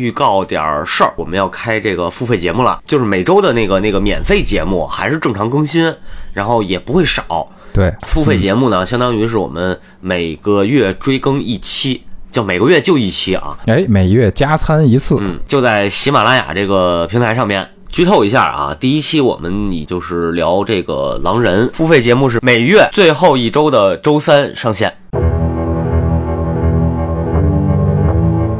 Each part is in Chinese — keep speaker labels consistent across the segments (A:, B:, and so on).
A: 预告点儿事儿，我们要开这个付费节目了，就是每周的那个那个免费节目还是正常更新，然后也不会少。
B: 对，
A: 付费节目呢，相当于是我们每个月追更一期，就每个月就一期啊。
B: 哎，每月加餐一次，
A: 嗯，就在喜马拉雅这个平台上面。剧透一下啊，第一期我们也就是聊这个狼人付费节目是每月最后一周的周三上线。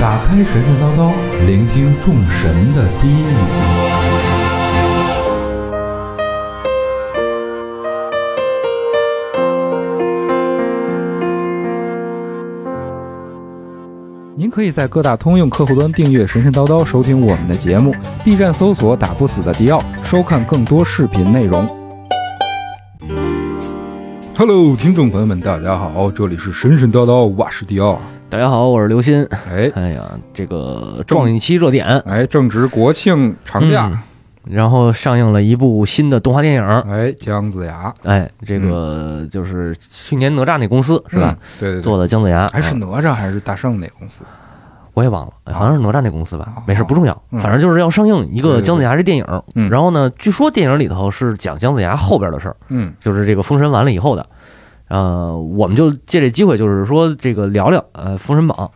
B: 打开神神叨叨，聆听众神的低语。您可以在各大通用客户端订阅“神神叨叨”，收听我们的节目；B 站搜索“打不死的迪奥”，收看更多视频内容。Hello，听众朋友们，大家好，这里是神神叨叨，我是迪 奥。
C: 大家好，我是刘鑫。
B: 哎
C: 哎呀，这个撞一期热点，
B: 哎，正值国庆长假，
C: 然后上映了一部新的动画电影。
B: 哎，姜子牙
C: 哎，这个就是去年哪吒那公司是吧？？
B: 嗯对对对，
C: 做的姜子牙，
B: 还是
C: 哎
B: 哪吒还是大圣那公司？
C: 我也忘了，哎好像是哪吒那公司吧
B: 啊？
C: 没事，不重要，
B: 嗯
C: 反正就是要上映一
B: 对对
C: 个
B: 对
C: 姜子牙这电影
B: 嗯。
C: 然后呢，据说电影里头是讲姜子牙后边的事儿，
B: 嗯，
C: 就是这个封神完了以后的。呃，我们就借这机会，就是说这个聊聊呃《封神榜》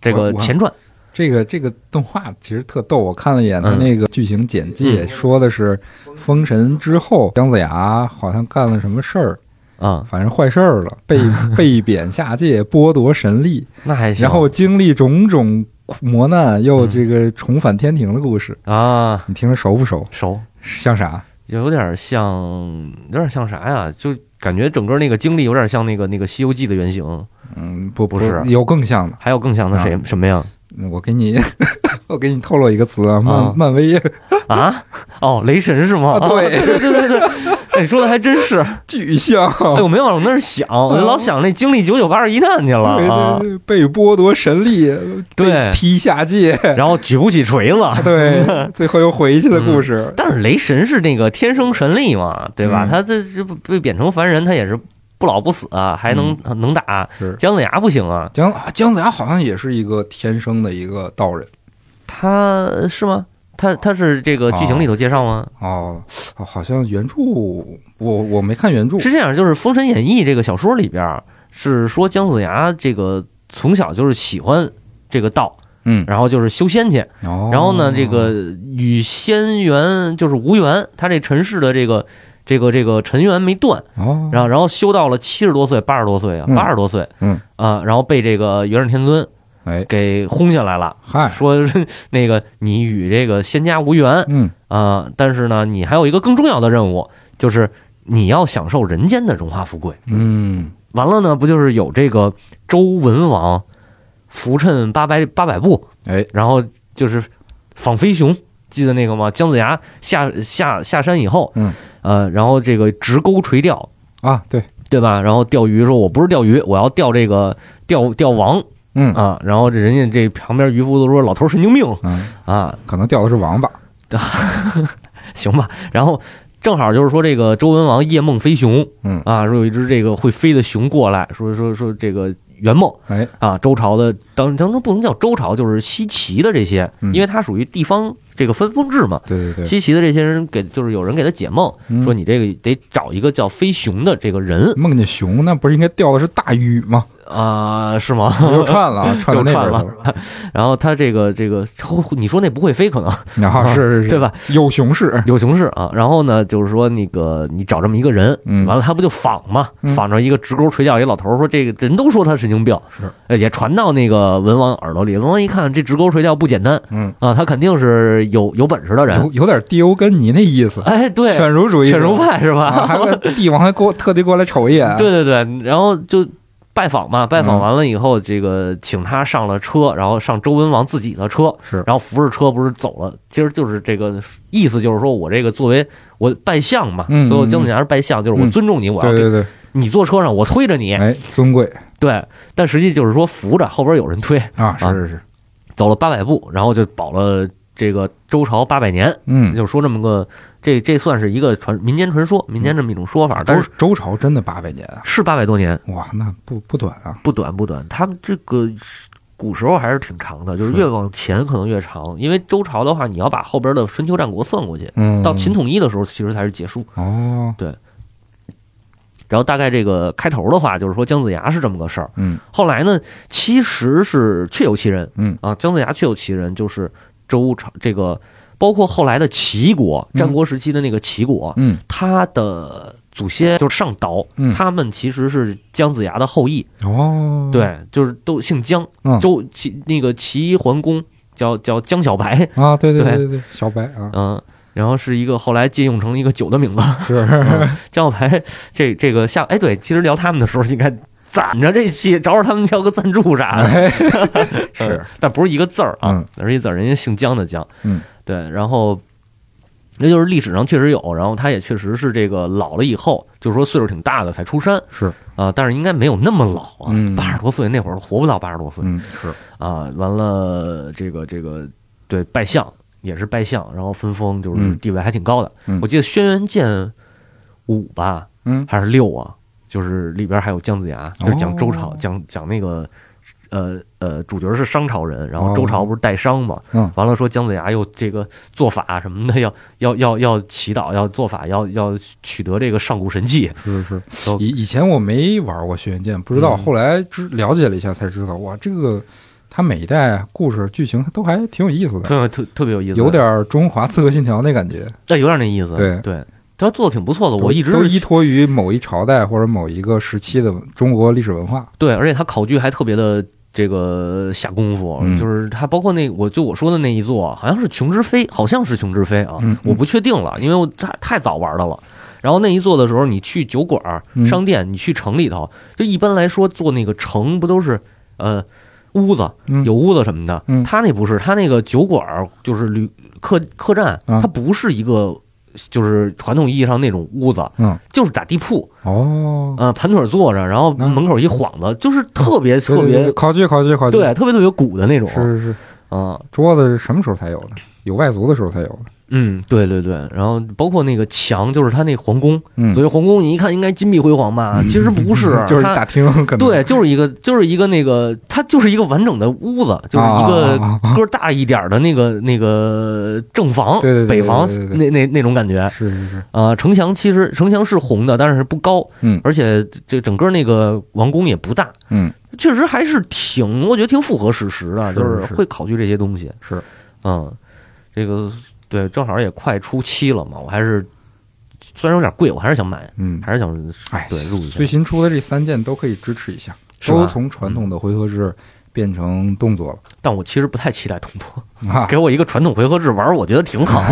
C: 这
B: 我
C: 个
B: 我
C: 前传。
B: 这个这个动画其实特逗，我看了一眼它
C: 嗯
B: 那个剧情简介，说的是封神之后，姜子牙好像干了什么事儿，
C: 啊、
B: 反正坏事儿了， 被被贬下界，剥夺神力，
C: 那还行。
B: 然后经历种种磨难，又
C: 哎嗯
B: 这个重返天庭的故事，
C: 啊，
B: 你听着熟不熟？
C: 熟，
B: 像啥？
C: 有点像，有点像啥呀？就感觉整个那个经历有点像那个那个《西游记》的原型，
B: 嗯，不
C: 不是啊
B: 有更像的。
C: 还有更像的谁、
B: 啊
C: 什么呀？
B: 我给你， 我给你透露一个词啊，漫
C: 啊
B: 漫威
C: 啊？哦，雷神是吗？
B: 啊对啊
C: 对对对对，哎你说的还真是。哎，
B: 巨像，
C: 我没往那儿想，我就老想那经历九九八十一难去了
B: 啊对
C: 啊
B: 对，对，被剥夺神力，被
C: 对
B: 踢下 界，
C: 然后举不起锤子。
B: 啊对，最后又回去的故事。
C: 但是雷神是那个天生神力嘛，对吧？
B: 嗯
C: 他这这被贬成凡人，他也是不老不死啊，还能、能打。
B: 嗯是
C: 姜子牙不行啊，
B: 姜啊姜子牙好像也是一个天生的一个道人
C: 他是吗？他他是这个剧
B: 啊
C: 情里头介绍吗？
B: 哦，哦好像原著我我没看原著，
C: 是这样，就是《封神演义》这个小说里边儿是说姜子牙这个从小就是喜欢这个道，
B: 嗯，哦
C: 然后就是修仙去，
B: 然
C: 然后呢，这个与仙缘就是无缘，他这尘世的这个这个这个尘缘没断，
B: 哦，
C: 然后然后修到了七十多岁、八十多岁啊，
B: 嗯
C: 八十多岁，
B: 嗯
C: 啊，然后被这个元始天尊
B: 哎
C: 给轰下来了，
B: 嗨，
C: 说那个你与这个仙家无缘，
B: 嗯
C: 啊、但是呢，你还有一个更重要的任务，就是你要享受人间的荣华富贵。
B: 嗯
C: 完了呢，不就是有这个周文王扶衬八百八百步，
B: 哎，
C: 然后就是访飞熊，记得那个吗？姜子牙下下下山以后，
B: 嗯，
C: 呃，然后这个直钩垂钓，
B: 啊对，
C: 对吧？然后钓鱼说，我不是钓鱼，我要钓这个钓钓王
B: 嗯
C: 啊。然后这人家这旁边渔夫都说，老头神经病
B: 嗯，
C: 啊，
B: 可能钓的是王八，
C: 行吧。然后正好就是说，这个周文王夜梦飞熊，
B: 嗯
C: 啊，说有一只这个会飞的熊过来，说说说这个圆梦
B: 哎
C: 啊，周朝的当当中不能叫周朝，就是西岐的这些，
B: 嗯
C: 因为它属于地方这个分封制嘛。
B: 对对对，
C: 西岐的这些人给就是有人给他解梦，
B: 嗯
C: 说你这个得找一个叫飞熊的这个人
B: 梦见熊，那不是应该钓的是大鱼 吗？
C: 啊、是吗？
B: 又串了啊，串嗯到那边
C: 又串
B: 去了，
C: 然后他这个这个，你说那不会飞可能
B: 然后啊是是是，
C: 对吧？
B: 有熊 市，
C: 有熊市啊，然后呢，就是说那个你找这么一个人，
B: 嗯
C: 完了他不就仿嘛
B: 嗯，
C: 仿着一个直钩垂钓一老头儿说这个人都说他神经病，
B: 是
C: 呃也传到那个文王耳朵里，文王一看这直钩垂钓不简单
B: 嗯
C: 啊，他肯定是有有本事的人。
B: 有有点迪欧根尼那意思，
C: 哎，对，
B: 犬儒主义，
C: 犬儒派是吧？
B: 啊，哎还有 个帝王还给我特地过来瞅一眼，
C: 对对对，然后就拜访嘛，拜
B: 嗯
C: 访完了以后，这个请他上了车，然后上周文王自己的车，
B: 是
C: 然后扶着车不是走了，其实就是这个意思，就是说我这个作为我拜相嘛，
B: 嗯
C: 最后姜子牙是拜相，就是我尊重你，我要
B: 对
C: 给
B: 对对，
C: 你坐车上，我推着你，
B: 哎，尊贵
C: 对，但实际就是说扶着后边有人推，
B: 啊，是是是，
C: 走了八百步，然后就保了这个周朝八百年，
B: 嗯，
C: 就说这么个。这这算是一个传民间传说，民间这么一种说法，但
B: 周
C: 是
B: 周朝真的八百年啊，
C: 是八百多年，
B: 哇，那不不短啊，
C: 不短不短，他们这个是古时候还是挺长的，就是越往前可能越长，因为周朝的话，你要把后边的春秋战国算过去，
B: 嗯，
C: 到秦统一的时候其实才是结束。
B: 哦，
C: 然后大概这个开头的话，就是说姜子牙是这么个事儿，
B: 嗯
C: 后来呢，其实是确有其人，
B: 嗯
C: 啊，姜子牙确有其人，就是周朝这个，包括后来的齐国，
B: 嗯
C: 战国时期的那个齐国，
B: 嗯
C: 他的祖先就是上岛，
B: 嗯
C: 他们其实是姜子牙的后裔，
B: 哦，，
C: 对，就是都姓姜
B: 嗯，
C: 周齐那个齐桓公叫叫姜小白，
B: 啊，对对
C: 对
B: 对对，小白啊，
C: 嗯，然后是一个后来借用成一个酒的名字，
B: 是，
C: 嗯姜小白这这个下哎对，其实聊他们的时候应该攒着这期找找他们要个赞助啥的，
B: 哎，
C: 嗯
B: 是，
C: 但不是一个字儿啊
B: 嗯，
C: 而是一字儿，人家姓姜的姜，
B: 嗯，
C: 对，然后。那就是历史上确实有，然后他也确实是这个老了以后，就是说岁数挺大的才出山
B: 是，
C: 啊、但是应该没有那么老啊
B: 嗯，
C: 八十、多岁那会儿活不到八十多岁，
B: 嗯是，
C: 啊，完了这个这个对拜相也是拜相，然后分封就是
B: 嗯
C: 地位还挺高的。
B: 嗯
C: 我记得轩辕剑五吧
B: 嗯
C: 还是六啊，就是里边还有姜子牙，就是讲周朝，
B: 哦
C: 讲讲那个呃呃主角是商朝人，然后周
B: 哦
C: 朝不是带商嘛，
B: 嗯
C: 完了说姜子牙又这个做法什么的，要要要要祈祷，要做法，要要取得这个上古神器，
B: 是是，
C: 都
B: 以以前我没玩过轩辕剑，不知道，
C: 嗯
B: 后来知了解了一下才知道，哇，这个它每一代故事剧情都还挺有意思的，
C: 特特特别有意思，
B: 有点儿中华刺客信条那感觉，
C: 对，有点那意思，
B: 对
C: 对。他做的挺不错的，我
B: 都
C: 一直
B: 都
C: 是
B: 依托于某一朝代或者某一个时期的中国历史文化。
C: 对，而且他考据还特别的这个下功夫，
B: 嗯
C: 就是他包括那我就我说的那一座，好像是琼之飞，好像是琼之飞啊，
B: 嗯嗯
C: 我不确定了，因为我太太早玩的了。然后那一座的时候，你去酒馆儿、
B: 嗯
C: 商店，你去城里头，就一般来说做那个城不都是呃屋子
B: 嗯，
C: 有屋子什么的，
B: 嗯
C: 他那不是，他那个酒馆儿就是旅客客栈，
B: 啊
C: 它不是一个。就是传统意义上那种屋子，
B: 嗯，
C: 就是打地铺，
B: 哦，
C: 呃，盘腿坐着，然后
B: 嗯
C: 门口一幌子，就是特别
B: 对
C: 特
B: 对对
C: 别，
B: 考据考据考据，
C: 对，特别特别古的那种，
B: 是是是，
C: 啊，
B: 桌子是什么时候才有的？有外族的时候才有的。
C: 嗯，对对对，然后包括那个墙，就是他那皇宫，
B: 嗯，，
C: 所以皇宫你一看应该金碧辉煌吧，其实不是
B: 就是
C: 它
B: 大厅可能
C: 对，就是一个就是一个那个，它就是一个完整的屋子，就是一个
B: 啊啊啊
C: 个儿大一点的那个那个正房，
B: 对对对
C: 北房
B: 对对对
C: 那那那种感觉
B: 啊是是是，
C: 啊，城墙其实城墙是红的，但是不高，
B: 嗯
C: 而且这整个那个王宫也不大，
B: 嗯
C: 确实还是挺，我觉得挺符合史实的，
B: 是
C: 就是
B: 是
C: 会考据这些东西。
B: 是，
C: 嗯，这个对，正好也快出期了嘛，我还是虽然有点贵，我还是想买，
B: 嗯，
C: 还是想
B: 哎，
C: 对入一
B: 最
C: 下，
B: 新出的这三件都可以支持一下，
C: 是吧
B: 都从传统的回合制变成动作了
C: 但我其实不太期待动作，
B: 啊！
C: 给我一个传统回合制玩儿，我觉得挺 好。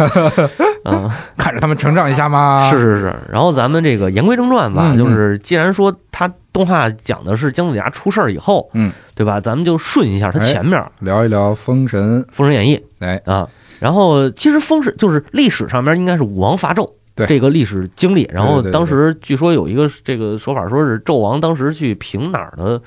C: 嗯，
B: 看着他们成长一下嘛。
C: 是，是是。然后咱们这个言归正传吧，
B: 啊嗯嗯
C: 就是既然说他动画讲的是姜子牙出事儿以后，
B: 嗯，
C: 对吧？咱们就顺一下他
B: 哎
C: 前面儿
B: 聊一聊封神
C: 《封神演义》
B: 哎
C: 啊，然后其实封神就是历史上面应该是武王伐纣。
B: 对
C: 这个历史经历，然后
B: 对对对
C: 当时据说有一个这个说法，说是纣王当时去平哪儿的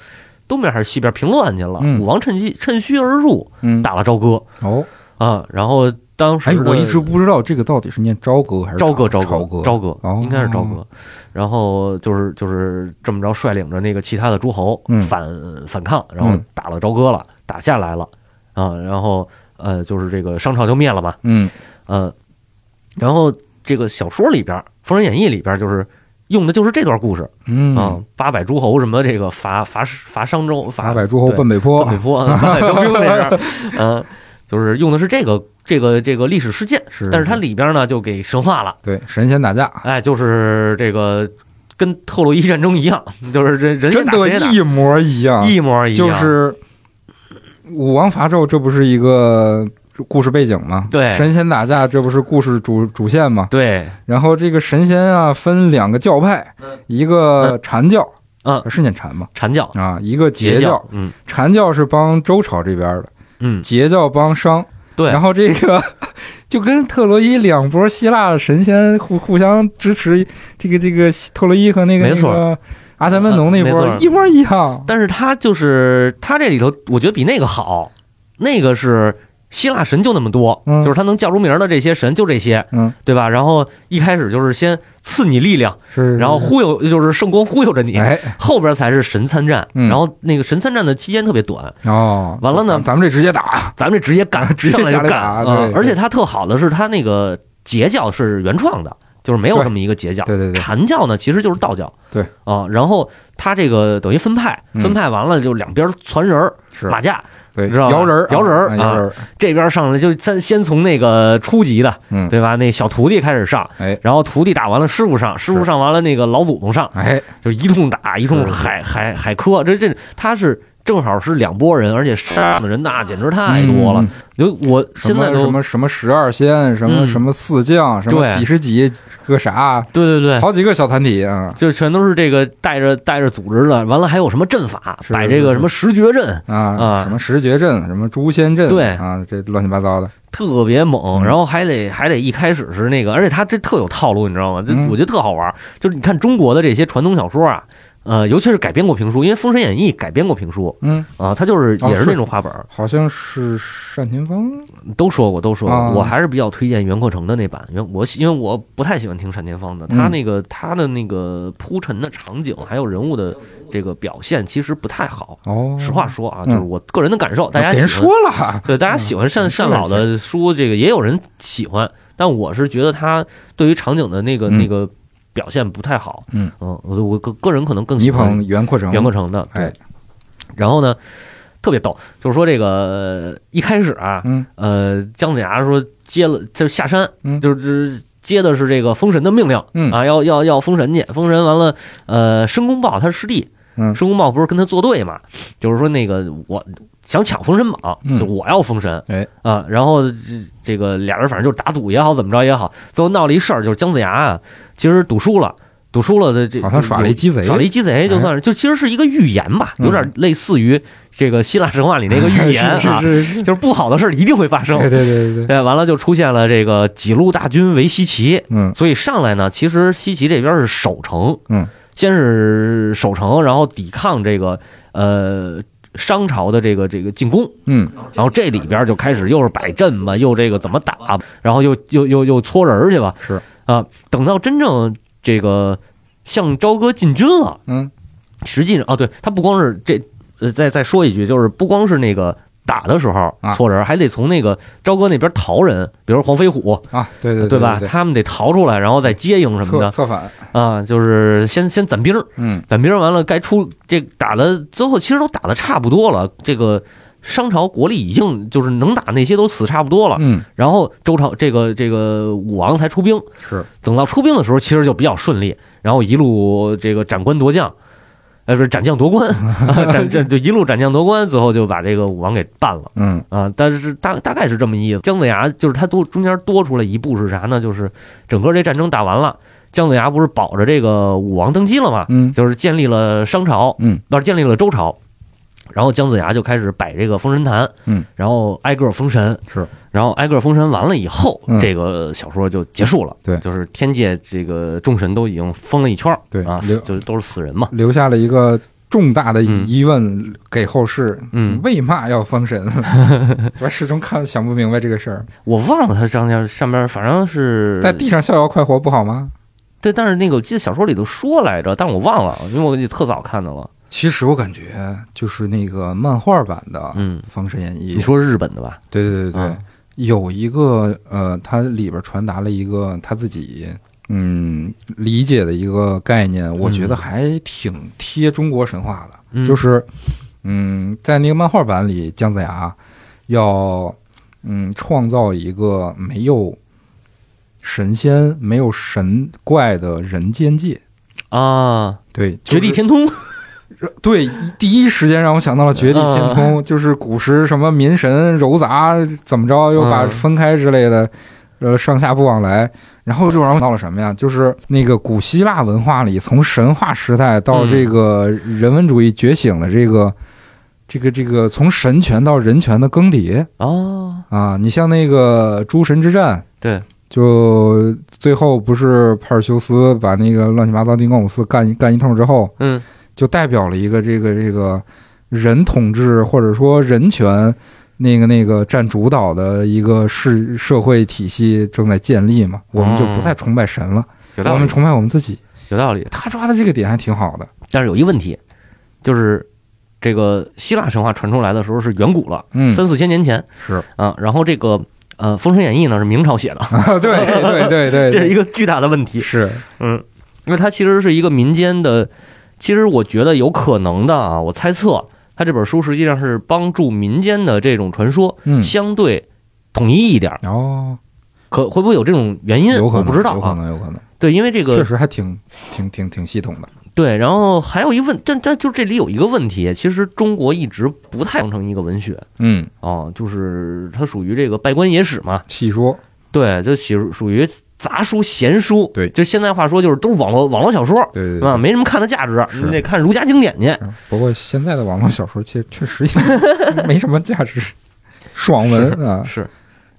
C: 东边还是西边平乱去了，
B: 嗯
C: 武王趁机趁虚而入，
B: 嗯
C: 打了朝歌
B: 哦，
C: 啊，然后当时
B: 哎，
C: 的
B: 我一直不知道这个到底是念朝歌还是
C: 朝歌朝
B: 朝
C: 歌
B: 歌
C: 朝歌
B: 哦
C: 应该是朝歌，然后就是就是这么着率领着那个其他的诸侯
B: 嗯
C: 反反抗，然后
B: 嗯
C: 打了朝歌了，打下来了啊，然后呃就是这个商朝就灭了嘛，
B: 嗯
C: 呃，然后这个小说里边儿，《封神演义》里边儿就是用的就是这段故事
B: 嗯
C: 啊，八百诸侯什么这个伐伐伐商周，伐
B: 八百诸侯
C: 对
B: 奔北坡
C: 奔北坡，啊八百周兵那事 儿，嗯，就是用的是这个这个这个历史事件，
B: 是啊
C: 但是它里边呢就给神化了，
B: 对神仙打架，
C: 哎，就是这个跟特洛伊战争一样， 就是这人
B: 真
C: 先打谁
B: 的
C: 打
B: 一模一样，
C: 一模一样，
B: 就是武王伐纣，这不是一个故事背景嘛。
C: 对
B: 神仙打架，这不是故事主主线嘛？
C: 对，
B: 然后这个神仙啊，分两个教派，一个禅教，呃
C: 嗯，
B: 是念禅嘛？
C: 禅教、
B: 啊，一个截
C: 教，嗯
B: 禅教是帮周朝这边的，
C: 嗯，
B: 截教帮商。
C: 对
B: 然，后这个 就跟特洛伊两波希腊神仙互互相支持，这个这个特洛伊和那个
C: 没错
B: 那个阿塞门农那波、
C: 呃没错
B: 一模一样。
C: 但是他就是他这里头，我觉得比那个好，那个是。希腊神就那么多，
B: 嗯
C: 就是他能叫出名儿的这些神就这些，
B: 嗯，
C: 对吧？然后一开始就是先赐你力量，
B: 是，
C: 然后忽悠，就是圣光忽悠着你，
B: 嗯哎
C: 后边才是神参战。
B: 嗯
C: 然后那个神参战的期间特别短，
B: 哦，
C: 完了呢
B: 咱咱们这直接打，
C: 咱们这直接干，
B: 直接
C: 上来就
B: 下来
C: 干
B: 打
C: 啊！
B: 对
C: 嗯
B: 对
C: 而且它特好的是，它那个截教是原创的，就是没有
B: 对
C: 这么一个截教。
B: 对对对
C: 禅教呢其实就是道教。
B: 对
C: 啊，然后它这个等于分派，
B: 嗯
C: 分派完了就两边传人儿
B: 是
C: 打架，
B: 对，
C: 知道吧
B: 摇人儿
C: 摇人儿
B: 啊摇
C: 啊
B: 人儿，
C: 这边上来就先先从那个初级的，
B: 嗯，
C: 对吧？那小徒弟开始上，
B: 哎
C: 然后徒弟打完了，师傅上，师傅上完了，那个老祖宗上，
B: 哎，
C: 就一通打，一通
B: 是
C: 海海海磕，这这他是正好是两拨人，而且上的人那简直太多了
B: 嗯。
C: 就我
B: 什
C: 现在
B: 么什
C: 都
B: 么什么十二仙，什么
C: 嗯
B: 什么四将，什么
C: 对哎
B: 几十几个啥，
C: 对对对，
B: 好几个小团体啊
C: 就全都是这个带着带着组织的。完了还有什么阵法，
B: 是
C: 摆
B: 是
C: 这个
B: 是
C: 什么十绝阵，
B: 啊，
C: 啊
B: 什么十绝阵，什么诛仙阵，
C: 对
B: 啊，这乱七八糟的，
C: 特别猛。
B: 嗯
C: 然后还得还得一开始是那个，而且他这特有套路，你知道吗？这
B: 嗯
C: 我觉得特好玩。就是你看中国的这些传统小说啊。呃，尤其是改编过评书，因为《封神演义》改编过评书
B: 嗯，
C: 啊，它就是
B: 哦
C: 也是
B: 是
C: 那种话本儿，
B: 好像是单田芳，
C: 都说过，都说过，
B: 啊
C: 我还是比较推荐袁阔成的那版。袁我喜因为我不太喜欢听单田芳的，他
B: 嗯
C: 那个、他的那个铺陈的场景，还有人物的这个表现，其实不太好。
B: 哦，
C: 实话说啊，就
B: 嗯
C: 是我个人的感受，大家
B: 给
C: 喜欢
B: 人说了，
C: 对大家喜欢单
B: 嗯
C: 单老的书，这个也有人喜欢，但我是觉得他对于场景的那个、
B: 嗯
C: 那个表现不太好。
B: 嗯
C: 我我个个人可能更喜
B: 倪
C: 欢
B: 鹏、袁阔成，
C: 袁阔成的。对
B: 哎，
C: 然后呢，特别逗，就是说这个呃一开始啊，
B: 嗯
C: 呃，姜子牙说接了，就是下山，
B: 嗯
C: 就是接的是这个封神的命令，
B: 嗯
C: 啊，要要要封神去，封神完了，呃，申公豹他是师弟，
B: 嗯
C: 申公豹不是跟他作对嘛，就是说那个我想抢封神榜，
B: 嗯
C: 就我要封神，
B: 哎
C: 啊，然后这这个俩人反正就打赌也好，怎么着也好，最后闹了一事儿，就是姜子牙啊，其实赌输了。赌输了的这
B: 好像耍了一鸡贼，哎嗯
C: 耍 了一鸡贼，就算是就其实是一个预言吧，有点类似于这个希腊神话里那个预言
B: 是
C: 啊，
B: 是 是是，
C: 就是不好的事儿一定会发生
B: 对。对对对对，
C: 对，完了就出现了这个几路大军围西岐，
B: 嗯
C: 所以上来呢，其实西岐这边是守城，
B: 嗯，
C: 先是守城，然后抵抗这个呃商朝的这个这个进攻，
B: 嗯
C: 然后这里边就开始又是摆阵吧，又这个怎么打，然后又又又又搓人去吧，
B: 是
C: 啊，等到真正这个向朝歌进军了。
B: 嗯
C: 实际上，哦，对，他不光是这，呃，再再说一句，就是不光是那个打的时候
B: 啊
C: 错人，还得从那个朝歌那边逃人，比如黄飞虎，
B: 啊，对对
C: 吧？
B: 对
C: 他们得逃出来，然后再接应什么
B: 策
C: 的
B: 策反，
C: 啊，就是先先攒兵儿，
B: 嗯
C: 攒兵儿完了该出这打的，最后其实都打的差不多了，这个。商朝国力已经就是能打那些都死差不多了，
B: 嗯
C: 然后周朝这个这个武王才出兵，
B: 是，
C: 等到出兵的时候，其实就比较顺利，然后一路这个斩关夺将，呃，不是斩将夺关，啊 斩这就一路斩将夺关，最后就把这个武王给办了
B: 嗯
C: 啊。但是大大概是这么意思。姜子牙就是他多中间多出来一步是啥呢？就是整个这战争打完了，姜子牙不是保着这个武王登基了吗？
B: 嗯
C: 就是建立了商朝，
B: 嗯，
C: 不是建立了周朝。然后姜子牙就开始摆这个封神坛，
B: 嗯，
C: 然后挨个封神，
B: 是，
C: 然后挨个封神完了以后，
B: 嗯
C: 这个小说就结束了。
B: 对
C: 就是天界这个众神都已经封了一圈儿，
B: 对
C: 啊，
B: 留
C: 死就是都是死人嘛。
B: 留下了一个。重大的
C: 嗯
B: 疑问给后世，
C: 嗯
B: 为嘛要封神？ 我始终看想不明白这个事儿。
C: 我忘了他上面上面反正是
B: 在地上逍遥快活不好吗？
C: 对，但是那个我记得小说里头说来着，但我忘了，因为我特早看的了。
B: 其实我感觉就是那个漫画版的《
C: 嗯，
B: 封神演义》
C: 你说是日本的吧？
B: 对对对对，
C: 嗯
B: 有一个呃，它里边传达了一个他自己嗯理解的一个概念，我觉得还挺贴中国神话的，
C: 嗯
B: 就是嗯，在那个漫画版里，姜子牙要嗯创造一个没有神仙、没有神怪的人间界，
C: 啊，
B: 对，
C: 绝
B: 就是
C: 地天通
B: 对，第一时间让我想到了《绝地
C: 嗯
B: 天通》，就是古时什么民神揉杂怎么着，又把
C: 嗯
B: 分开之类的，呃，上下不往来。然后就让我想到了什么呀？就是那个古希腊文化里，从神话时代到
C: 嗯
B: 这个人文主义觉醒的这个，这个这个从神权到人权的更迭
C: 哦，
B: 啊！你像那个诸神之战，
C: 对，
B: 就最后不是帕尔修斯把那个乱七八糟丁光五四干一干一通之后，
C: 嗯，
B: 就代表了一个这个这个人统治或者说人权那个那个占主导的一个世社会体系正在建立嘛，我们就不再崇拜神了，
C: 嗯有
B: 我
C: 道
B: 们
C: 理，
B: 崇拜我们自己。
C: 有道理。
B: 他抓的这个点还挺好的，
C: 但是有一问题，就是这个希腊神话传出来的时候是远古了，
B: 嗯，
C: 三四千年前
B: 是
C: 啊。然后这个呃，《封神演义》呢是明朝写的，
B: 啊，对对对 对，
C: 这是一
B: 个
C: 个巨大的问题。
B: 是
C: 嗯，因为它其实是一个民间的，其实我觉得有可能的啊，我猜测他这本书实际上是帮助民间的这种传说
B: 嗯，
C: 相对统一一点儿，
B: 哦，
C: 可会不会有这种原因？
B: 有可
C: 我
B: 能
C: 不知道
B: 有可
C: 啊。
B: 能有可能，
C: 对，因为这
B: 确
C: 个
B: 实还挺挺挺挺系统的，
C: 对，然后还有一问，但但就这里有一个问题，其实中国一直不太当成一个文学
B: 嗯，
C: 哦，就是它属于这个拜官野史嘛，
B: 细说，
C: 对，就属属于杂书闲书，
B: 对
C: 就现在话说就是都是网络网络小说。
B: 对对对
C: 啊，没什么看的价值，
B: 是
C: 你得看儒家经典去。
B: 嗯不过现在的网络小说确确实也 没什么价值，爽文啊，
C: 是，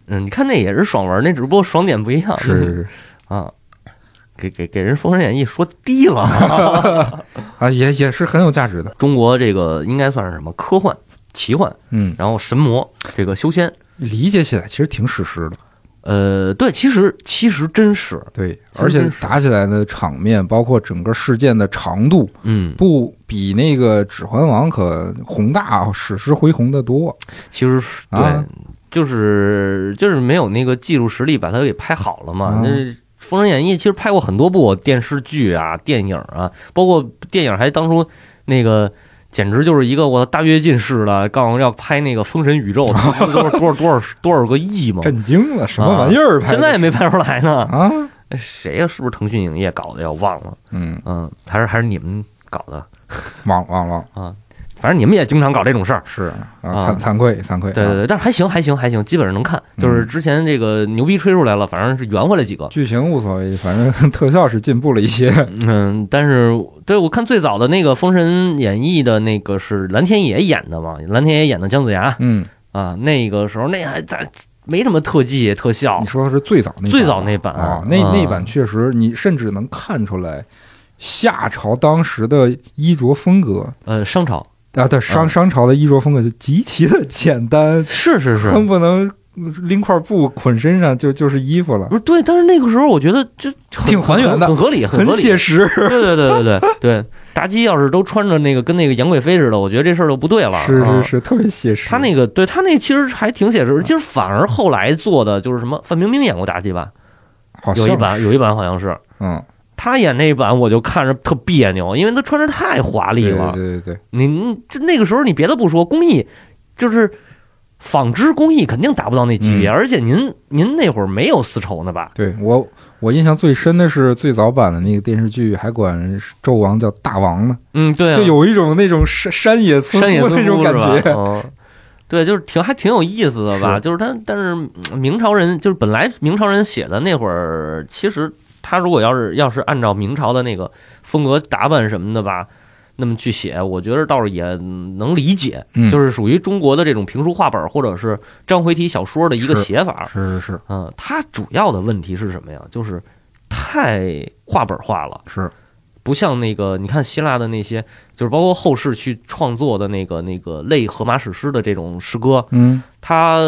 C: 嗯，你看那也是爽文，那只不过爽点不一样。
B: 是是是
C: 啊，给给给人《封神演义》说低了。
B: 啊，也也是很有价值的。
C: 中国这个应该算是什么科幻、奇幻，
B: 嗯，
C: 然后神魔这个修仙。
B: 理解起来其实挺史诗的，
C: 呃，对，其实其实真是，
B: 对，
C: 其实
B: 而且
C: 真是
B: 打起来的场面，包括整个事件的长度，
C: 嗯，
B: 不比那个《指环王》可宏大、啊史诗恢宏的多。
C: 其实是对，
B: 啊
C: 就是就是没有那个技术实力把它给拍好了嘛。
B: 嗯
C: 那、封神演义》其实拍过很多部电视剧啊、电影啊，包括电影还当初那个。简直就是一个我大跃进式的，告诉我要拍那个封神宇宙，多少多少多少多少个亿嘛，
B: 震惊了，什么玩意儿拍
C: 现
B: 的？
C: 在也没拍出来呢。
B: 啊，
C: 哎谁呀、是不是腾讯影业搞的呀？我忘了。
B: 嗯，
C: 嗯，还是还是你们搞的，
B: 忘忘忘，
C: 反正你们也经常搞这种事儿。
B: 是啊，
C: 啊
B: 惭惭愧惭愧。
C: 对对
B: 啊，
C: 对，但是还行还行还行，基本上能看。
B: 嗯
C: 就是之前这个牛逼吹出来了，反正是圆回来几个。
B: 剧情无所谓，反正 特效是进步了一些。
C: 嗯，但是对我看最早的那个《封神演义》的那个是蓝天野演的嘛，蓝天野演的姜子牙
B: 嗯，
C: 啊，那个时候那还咱没什么特技特效
B: 你，说的是最早那版
C: 最早那版
B: 啊，那那
C: 嗯
B: 版确实，你甚至能看出来夏朝当时的衣着风格
C: 呃，商朝
B: 啊，对商
C: 嗯
B: 商朝的衣着风格就极其的简 单，
C: 是是是，
B: 恨不能拎块布捆身上就就是衣服了
C: 不，是对，但是那个时候我觉得就很
B: 挺还原的
C: 很合理，
B: 很
C: 合理。
B: 写实。
C: 对对对对对对，妲己要是都穿着那个跟那个杨贵妃似的，我觉得这事儿就不对了。
B: 是
C: 啊
B: 是是，特别写实。
C: 他那个对他那其实还挺写实，其实反而后来做的就是什么范冰冰演过妲己吧，
B: 好像
C: 有一版有一版好像是
B: 嗯，
C: 她演那一版，我就看着特别扭，因为她穿着太华丽
B: 对
C: 了。
B: 对对对，
C: 你你这那个时候你别的不说，工艺就是纺织工艺肯定达不到那级别，
B: 嗯
C: 而且您您那会儿没有丝绸呢吧？
B: 对我我印象最深的是最早版的那个电视剧，还管纣王叫大王呢，
C: 嗯，对、啊，
B: 就有一种那种山山野村
C: 山野
B: 夫
C: 村
B: 那
C: 夫
B: 种感
C: 是吧
B: 觉。
C: 嗯，对，就是挺还挺有意思的吧？
B: 是
C: 就是他，但是嗯明朝人就是本来明朝人写的那会儿，其实他如果要是要是按照明朝的那个风格打扮什么的吧，那么去写，我觉得倒是也能理解，
B: 嗯
C: 就是属于中国的这种评书话本或者是章回体小说的一个
B: 是
C: 写法。
B: 是是是
C: 嗯，它主要的问题是什么呀？就是太话本化了。
B: 是，
C: 不像那个你看希腊的那些，就是包括后世去创作的那个那个类荷马史诗的这种诗歌，
B: 嗯。
C: 它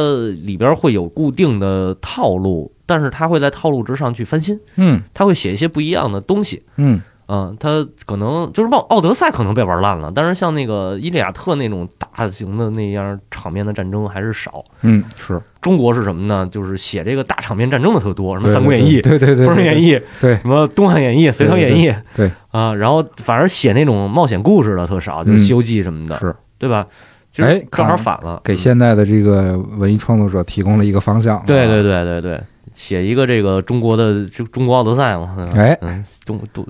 C: 里边会有固定的套路，但是它会在套路之上去翻新，
B: 嗯
C: 它会写一些不一样的东西。
B: 嗯，
C: 嗯，它可能就是奥奥德赛可能被玩烂了，但是像那个伊利亚特那种大型的那样场面的战争还是少。
B: 嗯，是《
C: 中国是什么呢？就是写这个大场面战争的特多，什么
B: 对
C: 《三国演义》
B: 对对对，
C: 《封神演
B: 义》
C: 义》
B: 对
C: 什么《东汉演义》《隋朝演义》
B: 对对对
C: 啊，然后反而写那种冒险故事的特少，就是
B: 嗯
C: 《西游记》什么的，
B: 是
C: 对吧？就是
B: 哎
C: 正
B: 看
C: 好
B: 来
C: 反了，
B: 给
C: 嗯
B: 现在的这个文艺创作者提供了一个方向。啊
C: 对对
B: 对，
C: 对对对，写一个这个中国的就中国奥德赛嘛，对吧
B: 哎
C: 嗯，中中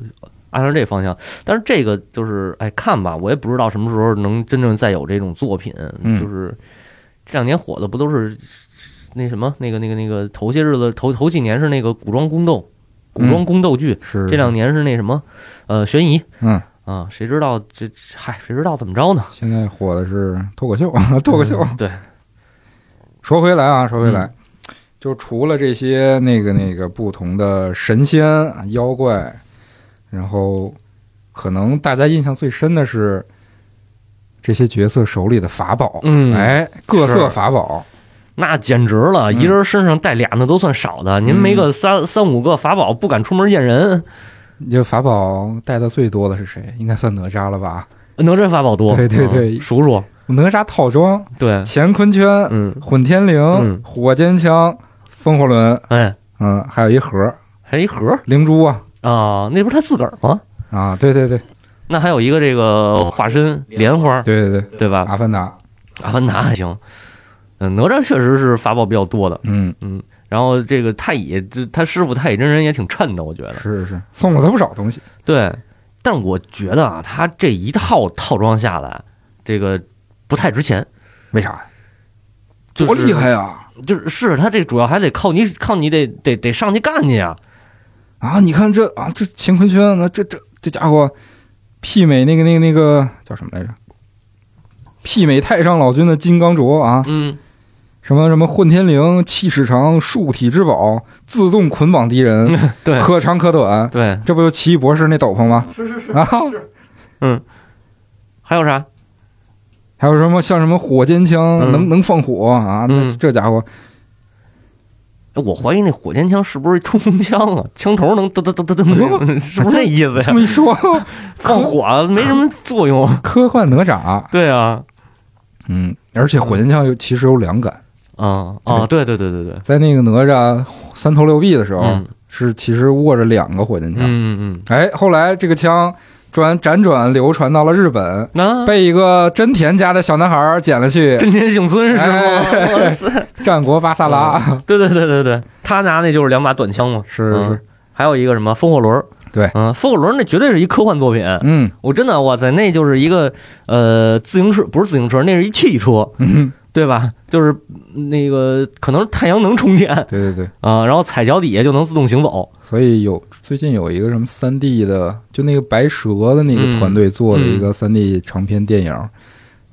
C: 按照这方向。但是这个就是哎看吧，我也不知道什么时候能真正再有这种作品，
B: 嗯
C: 就是这两年火的不都是那什么那个那个那个头些日子头头几年是那个古装宫斗，古装宫斗剧，
B: 嗯是
C: 这两年是那什么呃悬疑。
B: 嗯，
C: 啊，谁知道这嗨，谁知道怎么着呢？
B: 现在火的是脱口秀， 脱口秀。
C: 嗯对，
B: 说回来啊，说回来，
C: 嗯
B: 就除了这些那个那个不同的神仙啊妖怪，然后可能大家印象最深的是这些角色手里的法宝，
C: 嗯
B: 哎，各色
C: 是
B: 法宝，
C: 那简直了，
B: 嗯
C: 一人身上带俩那都算少的，您
B: 嗯
C: 没个三三五个法宝，不敢出门见人。
B: 就法宝带的最多的是谁？应该算哪吒了吧？
C: 哪吒法宝多，
B: 对对对
C: 嗯数数，
B: 哪吒套装、
C: 对，
B: 乾坤圈、
C: 嗯，
B: 混天绫、
C: 嗯
B: 火尖枪、风火轮，
C: 哎，
B: 嗯，还有一盒
C: 还一盒
B: 灵珠啊
C: 啊，那不是他自个儿吗？
B: 啊，对对对
C: 那还有一个这个化身莲花，
B: 对对对，
C: 对吧？
B: 阿凡达，
C: 阿凡达还行，嗯，哪吒确实是法宝比较多的。
B: 嗯，
C: 然后这个太乙，这他师傅太乙真人也挺衬的，我觉得。
B: 是是，送了他不少东西。
C: 对，但我觉得啊，他这一套套装下来，这个不太值钱。
B: 为啥呀？
C: 就是、
B: 多厉害啊呀！
C: 就是是他这主要还得靠你，靠你得得得上去干去呀。
B: 啊，你看这啊，这乾坤圈，那这这这家伙媲美那个那个那个叫什么来着？媲美太上老君的金刚镯啊，
C: 嗯，
B: 什么什么混天绫、七尺长、数体之宝，自动捆绑敌人，
C: 对
B: 可长可短。
C: 嗯对，
B: 这不就奇异博士那斗篷吗？是是是啊，
C: 还有啥？
B: 还有什么像什么火尖枪，
C: 嗯
B: 能能放火啊？那
C: 嗯
B: 这家伙
C: 哎我怀疑那火箭枪是不是冲锋枪啊？ 枪头能噔噔噔噔
B: 哎
C: 噔，是不是那意思
B: 这
C: 呀？
B: 么一说，
C: 放火啊没什么作用。啊
B: 科幻哪吒，
C: 对啊，
B: 嗯，而且火尖枪有其实有两杆，
C: 啊啊，对对对对对，
B: 在那个哪吒三头六臂的时候，
C: 嗯
B: 是其实握着两个火箭枪。
C: 嗯嗯，
B: 哎，后来这个枪转辗转流传到了日本，
C: 那
B: 被一个真田家的小男孩捡了去
C: 真田幸村是吗？
B: 哎
C: 哇塞
B: 战国巴萨拉。
C: 对对对对对，他拿那就是两把短枪嘛。嗯
B: 是是是，
C: 还有一个什么风火轮儿，
B: 对
C: 嗯，风火轮儿那绝对是一科幻作品。
B: 嗯
C: 我真的，哇塞，那就是一个呃自行车，不是自行车，那是一汽车，
B: 嗯，
C: 对吧？就是那个可能是太阳能充电啊、
B: 对对对，
C: 然后踩脚底下就能自动行走。
B: 所以有最近有一个什么三 D 的，就那个白蛇的那
C: 嗯
B: 个团队做的一个三 D 长篇电影，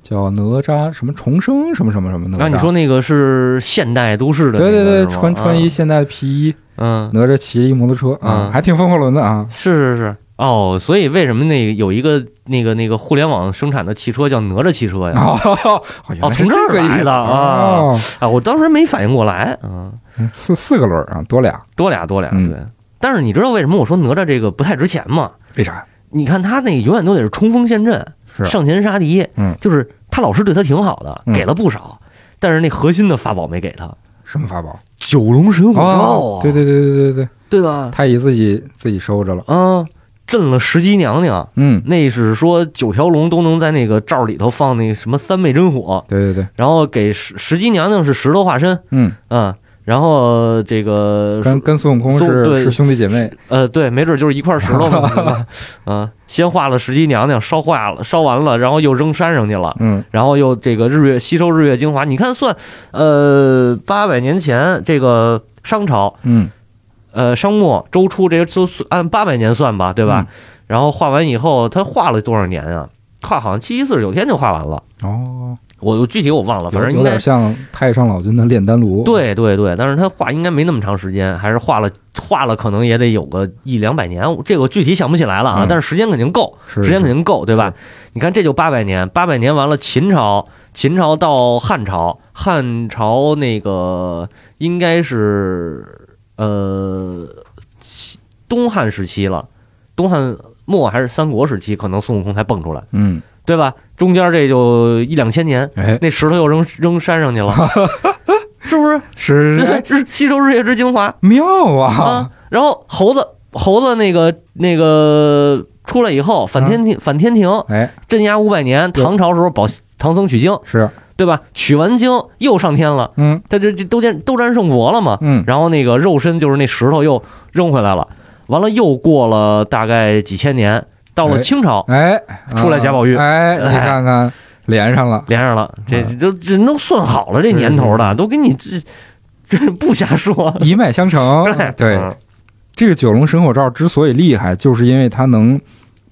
B: 叫《哪吒什么重生什么什么什么的》。
C: 啊然后你说那个是现代都市的那个
B: 对嗯对
C: 是吗，啊
B: 对，穿穿一现代的皮衣，
C: 嗯，嗯，
B: 哪吒骑着一摩托车啊，
C: 嗯
B: 还挺风火轮的啊。
C: 是是是。哦，所以为什么那个有一个那个那个互联网生产的汽车叫哪吒汽车呀？
B: 哦， 原来是
C: 嗯从这儿
B: 个意
C: 来
B: 思
C: 的啊
B: 哦
C: 啊，我当时没反应过来，嗯，
B: 四四个轮儿啊，多俩，
C: 多俩多俩，
B: 嗯
C: 对。但是你知道为什么我说哪吒这个不太值钱吗？
B: 为啥？
C: 你看他那永远都得是冲锋陷阵，
B: 是啊
C: 上前杀敌，
B: 嗯
C: 就是他老师对他挺好的，
B: 嗯
C: 给了不少，但是那核心的法宝没给他，
B: 什么法宝？
C: 九龙神虎
B: 哦
C: 豹，，
B: 对对对对对对，
C: 对吧？
B: 太乙自己自己收着了。
C: 啊，震了石矶娘娘，
B: 嗯，
C: 那是说九条龙都能在那个罩里头放那个什么三昧真火，
B: 对对对，
C: 然后给石石矶娘娘是石头化身，
B: 嗯，
C: 嗯，然后这个
B: 跟跟孙悟空
C: 都
B: 是
C: 对
B: 是兄弟姐妹。
C: 呃，对，没准就是一块石头嘛， 是吧嗯，先化了石矶娘娘，烧化了，烧完了，然后又扔山上去了。
B: 嗯，
C: 然后又这个日月吸收日月精华，你看算，呃，八百年前这个商朝，
B: 嗯，
C: 呃，商末周初这个都算按八百年算吧，对吧？然后画完以后，他画了多少年啊？画好像七七四十九天就画完了，
B: 哦，
C: 我我具体我忘了，反
B: 有
C: 正
B: 有
C: 应该
B: 点像太上老君的炼丹炉。，
C: 对对对，但是他画应该没那么长时间，还是画了画了，可能也得有个一两百年，这个我具体想不起来了啊，
B: 嗯
C: 但是时间肯定够，
B: 是
C: 时间肯定够，对吧？你看，这就八百年，八百年完了，秦朝，秦朝到汉朝，汉朝那个应该是呃西东汉时期了，东汉末还是三国时期，可能孙悟空才蹦出来，
B: 嗯，
C: 对吧？中间这就一两千年，
B: 哎，
C: 那石头又扔扔山上去了， 是不是？
B: 是 哎
C: 日吸收日月之精华
B: 妙
C: 啊
B: 啊！！
C: 然后猴子猴子那个那个出来以后，反
B: 啊
C: 天庭反天庭。
B: 哎，
C: 镇压五百年，唐朝时候保唐僧取经，
B: 是，
C: 对吧？取完经又上天了，
B: 嗯
C: 他这这都见斗战胜佛了嘛。
B: 嗯，
C: 然后那个肉身就是那石头又扔回来了，完了又过了大概几千年，到了
B: 哎
C: 清朝
B: 哎，
C: 出来贾宝玉
B: 啊哎，你
C: 哎
B: 看看连上了，
C: 连上了，这
B: 嗯
C: 这都这都算好了这
B: 是
C: 年头了，都给你这这不瞎说。。
B: 一脉相承 哦对，
C: 嗯
B: 这个九龙神火罩之所以厉害，就是因为它能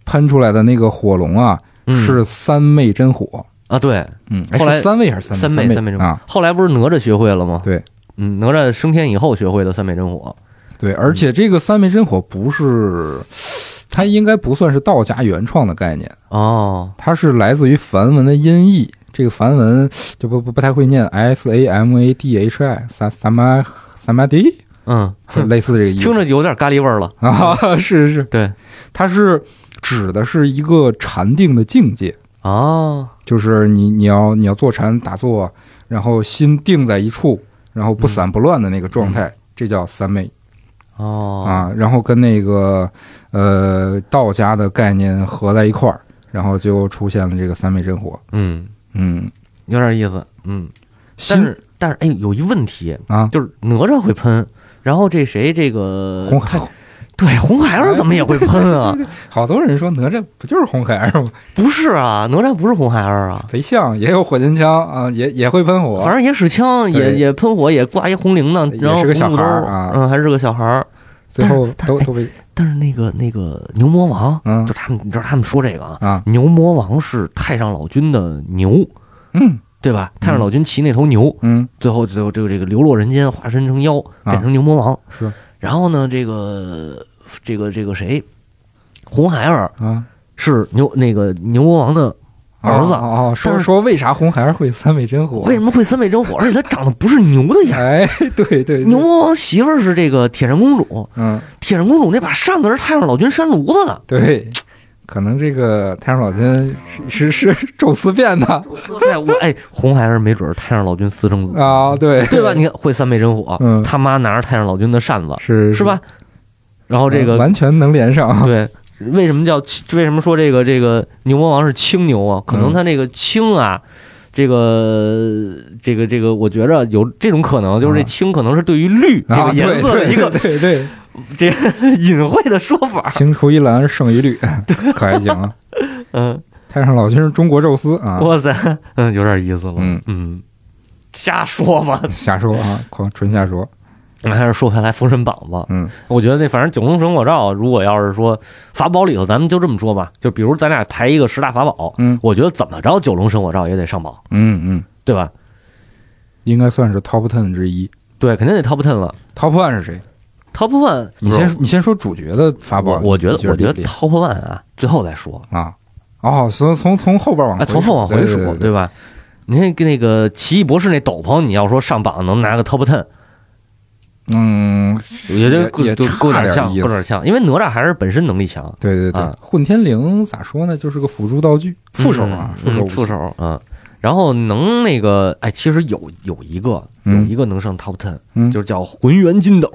B: 喷出来的那个火龙啊，
C: 嗯
B: 是三昧真火。
C: 啊，对，
B: 嗯，哎
C: 后来
B: 是三昧还是三
C: 三昧
B: 昧
C: 三昧真火
B: 啊？。
C: 后来不是哪吒学会了吗？
B: 对，
C: 嗯，哪吒升天以后学会的三昧真火。
B: 对，而且这个三昧真火不是，它应该不算是道家原创的概念。
C: 哦，
B: 它是来自于梵文的音译，这个梵文就不不不太会念 S A M A D H I 萨萨玛萨玛迪，
C: 嗯，
B: 就类似这个意思。
C: 听着有点咖喱味儿了。
B: 啊， 是是，
C: 嗯对，
B: 它是指的是一个禅定的境界，
C: 哦，
B: 就是你你要你要坐禅打坐，然后心定在一处，然
C: 嗯
B: 后不散不乱的那个状态，这叫三昧
C: 哦，
B: 啊。然后跟那个呃道家的概念合在一块儿，然后就出现了这个三昧真火。
C: 嗯，
B: 嗯，
C: 有点意思，嗯，但
B: 心
C: 是但是哎，有一问题，
B: 啊。
C: 就是哪吒会喷，然后这谁这个
B: 红海，
C: 对红孩儿怎么也会喷 啊？
B: 好多人说哪吒不就是红孩儿吗？
C: 不是啊，哪吒不是红孩儿啊，
B: 贼像，也有火箭枪啊，也也会喷火。
C: 反正也使枪，也
B: 对
C: 也喷火，也挂一红铃铛，
B: 也
C: 然后
B: 是个小
C: 红肚兜
B: 孩儿啊
C: 嗯，还是个小孩儿。
B: 最后
C: 但是
B: 都
C: 但是
B: 都被
C: 但是那个那个牛魔王，
B: 嗯
C: 就他们，你知道他们说这个啊，
B: 啊
C: 牛魔王是太上老君的牛，
B: 嗯
C: 对吧？太上老君骑那头牛，
B: 嗯
C: 最后最后这个这个流落人间，化身成妖，
B: 啊
C: 变成牛魔王。
B: 是
C: 然后呢，这个这个这个谁，红孩儿
B: 啊
C: 是牛那个牛魔王的儿子，
B: 哦哦，
C: 但
B: 说
C: 是
B: 说为啥红孩儿会三昧真火？
C: 为什么会三昧真火？而且他长得不是牛的样儿。
B: 哎， 对对对，
C: 牛魔王媳妇儿是这个铁扇公主，
B: 嗯，
C: 铁扇公主那把扇子是太上老君扇炉子的
B: 对，可能这个太上老君是是是宙斯变的
C: 对，我
B: 哦
C: 哎，红孩儿没准儿太上老君私生子，
B: 啊，对
C: 对吧？你看会三昧真火，
B: 嗯
C: 他妈拿着太上老君的扇子，
B: 是啊
C: 是？吧？然后这个
B: 完全能连 上，
C: 对，为什么叫为什么说这个这个牛魔王是青牛啊？可
B: 嗯
C: 能他那个青啊，这个这个这个，我觉着有这种可能，就是这
B: 啊
C: 青可能是对于绿这
B: 啊，
C: 个颜
B: 对
C: 色的
B: 对
C: 一 个啊
B: 对对，
C: 这个隐晦的说法。
B: 青出于蓝胜于绿，可还行啊。
C: 嗯，
B: 太上老君是中国宙斯啊，
C: 哇塞，嗯，有点意思了。
B: 嗯
C: 嗯，瞎说 吧。
B: 瞎说啊，狂纯瞎说。
C: 咱还是说回来《封神榜》吧。
B: 嗯，
C: 我觉得那反正九龙神火罩，如果要是说法宝里头，咱们就这么说吧，就比如咱俩排一个十大法宝，
B: 嗯
C: 我觉得怎么着九龙神火罩也得上榜，
B: 嗯嗯，
C: 对吧？
B: 应该算是 top ten 之一。
C: 对，肯定得 top ten 了。
B: top one 是谁？
C: Top One，
B: 你先你先说主角的法宝。
C: 我我觉得
B: 你
C: 我觉
B: 厉
C: 得
B: 不厉害
C: Top One 啊，最后再说，
B: 啊，哦，从从从后边往
C: 哎，
B: 回
C: 从后往回
B: 啊对对
C: 数，
B: 对对
C: 吧？你看跟那个奇异博士那斗篷，你要说上榜能拿个 Top Ten，
B: 嗯，
C: 也就
B: 也
C: 就
B: 差
C: 够点像，
B: 点意
C: 够点
B: 思。嗯
C: 像，因为哪吒还是本身能力强，
B: 对对对
C: 啊，
B: 混天绫咋说呢？就是个辅助道具，副手啊，
C: 嗯
B: 副手
C: 嗯
B: 武器
C: 副手，嗯。然后能那个，哎，其实有有一个有
B: 嗯
C: 一个能上 Top Ten，、
B: 嗯
C: 就是叫浑元金斗。